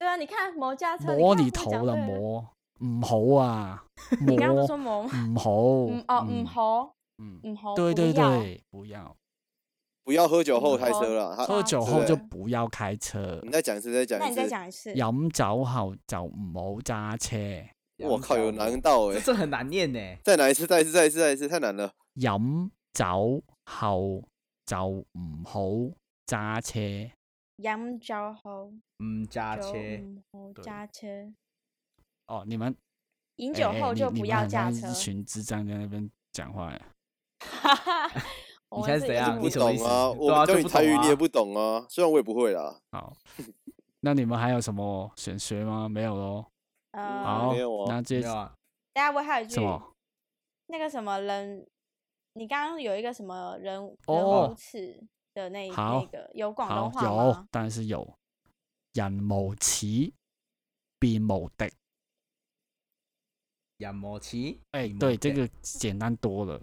Speaker 2: 对啊，你看摩驾车，
Speaker 5: 摸
Speaker 2: 看
Speaker 5: 你
Speaker 2: 我
Speaker 5: 頭
Speaker 2: 讲
Speaker 5: 啦
Speaker 2: 对了，
Speaker 5: 摸，唔好啊，摸
Speaker 2: 你刚刚不是说摩吗？
Speaker 5: 唔好，
Speaker 2: 嗯哦，嗯吼，
Speaker 5: 嗯，
Speaker 2: 嗯吼，
Speaker 5: 對
Speaker 2: 不
Speaker 5: 對
Speaker 2: 要，
Speaker 5: 對，不要
Speaker 6: 不要喝酒
Speaker 4: 嗯
Speaker 6: 后开
Speaker 2: 哦
Speaker 6: 车了。他
Speaker 5: 喝酒
Speaker 2: 是
Speaker 5: 後
Speaker 6: 的
Speaker 5: 就不要開車，
Speaker 6: 你再讲一次，再
Speaker 2: 那
Speaker 6: 讲一
Speaker 2: 你再
Speaker 6: 次。
Speaker 2: 讲一次，
Speaker 5: 飲酒後就唔好揸車，
Speaker 6: 我靠，有难
Speaker 4: 这，
Speaker 6: 到哎、
Speaker 4: 这很难念呢。
Speaker 6: (laughs) 再来一次，再一次，再一次，再一次，太难了。
Speaker 5: 飲酒後就唔好揸車，
Speaker 2: 扬脚后，
Speaker 4: 嗯，驾
Speaker 2: 酒
Speaker 4: 车，
Speaker 2: 嗯吼
Speaker 5: 对
Speaker 2: 驾车，
Speaker 5: 哦，你們
Speaker 2: 饮
Speaker 5: 哎
Speaker 2: 酒
Speaker 5: 哎
Speaker 2: 后
Speaker 5: 你
Speaker 2: 就
Speaker 5: 你
Speaker 2: 不
Speaker 5: 們
Speaker 2: 要
Speaker 5: 好
Speaker 2: 驾
Speaker 5: 像
Speaker 2: 车
Speaker 5: 一。
Speaker 2: (laughs)
Speaker 5: 群智障在那邊講話呀，
Speaker 2: 哈哈，我
Speaker 4: 你现在
Speaker 2: 们是
Speaker 4: 是怎
Speaker 2: 一
Speaker 4: 样你
Speaker 2: 模
Speaker 6: 不
Speaker 2: 一
Speaker 4: 什么
Speaker 2: 样
Speaker 6: 懂
Speaker 4: 意思
Speaker 6: 啊，
Speaker 4: 对啊
Speaker 6: 我教
Speaker 4: 这
Speaker 6: 你
Speaker 4: 不懂
Speaker 6: 台语你也
Speaker 4: 啊
Speaker 6: 不懂啊，虽然我也不会啦。
Speaker 5: 好，那你們還有什麼選學嗎？沒有咯，
Speaker 6: 嗯
Speaker 2: 呃，
Speaker 5: 好
Speaker 6: 沒有，哦
Speaker 5: 那
Speaker 4: 没
Speaker 5: 这
Speaker 4: 有啊？
Speaker 2: 大家我还有一句
Speaker 5: 什么？
Speaker 2: 那个什么人，你刚刚有一个什么人人
Speaker 5: 哦
Speaker 2: 无耻的那
Speaker 5: 好
Speaker 2: 那个有广
Speaker 5: 好
Speaker 2: 东，话
Speaker 5: 有
Speaker 2: 吗？，
Speaker 5: 当然是有。人無恥，便無敵。
Speaker 4: 养摩奇，
Speaker 5: 哎、
Speaker 4: 比摩
Speaker 5: 对，这
Speaker 4: 的，
Speaker 5: 个简单多了。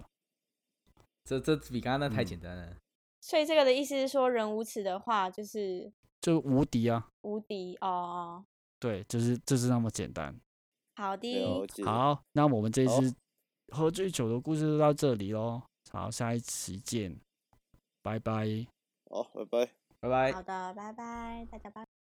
Speaker 4: 这这比刚刚那太
Speaker 5: 嗯
Speaker 4: 简单了。
Speaker 2: 所以这个的意思是说，人无耻的话就是
Speaker 5: 就无敌啊，
Speaker 2: 无敌哦哦。
Speaker 5: 对，就是就是那么简单。
Speaker 2: 好
Speaker 6: 了
Speaker 2: 的，
Speaker 6: 解。
Speaker 5: 好，那我们这一
Speaker 6: 好
Speaker 5: 次喝醉酒的故事就到这里喽。好，下一期见，拜拜。
Speaker 6: 好，拜拜。
Speaker 4: 拜拜
Speaker 2: 好。的，拜拜，大家拜拜。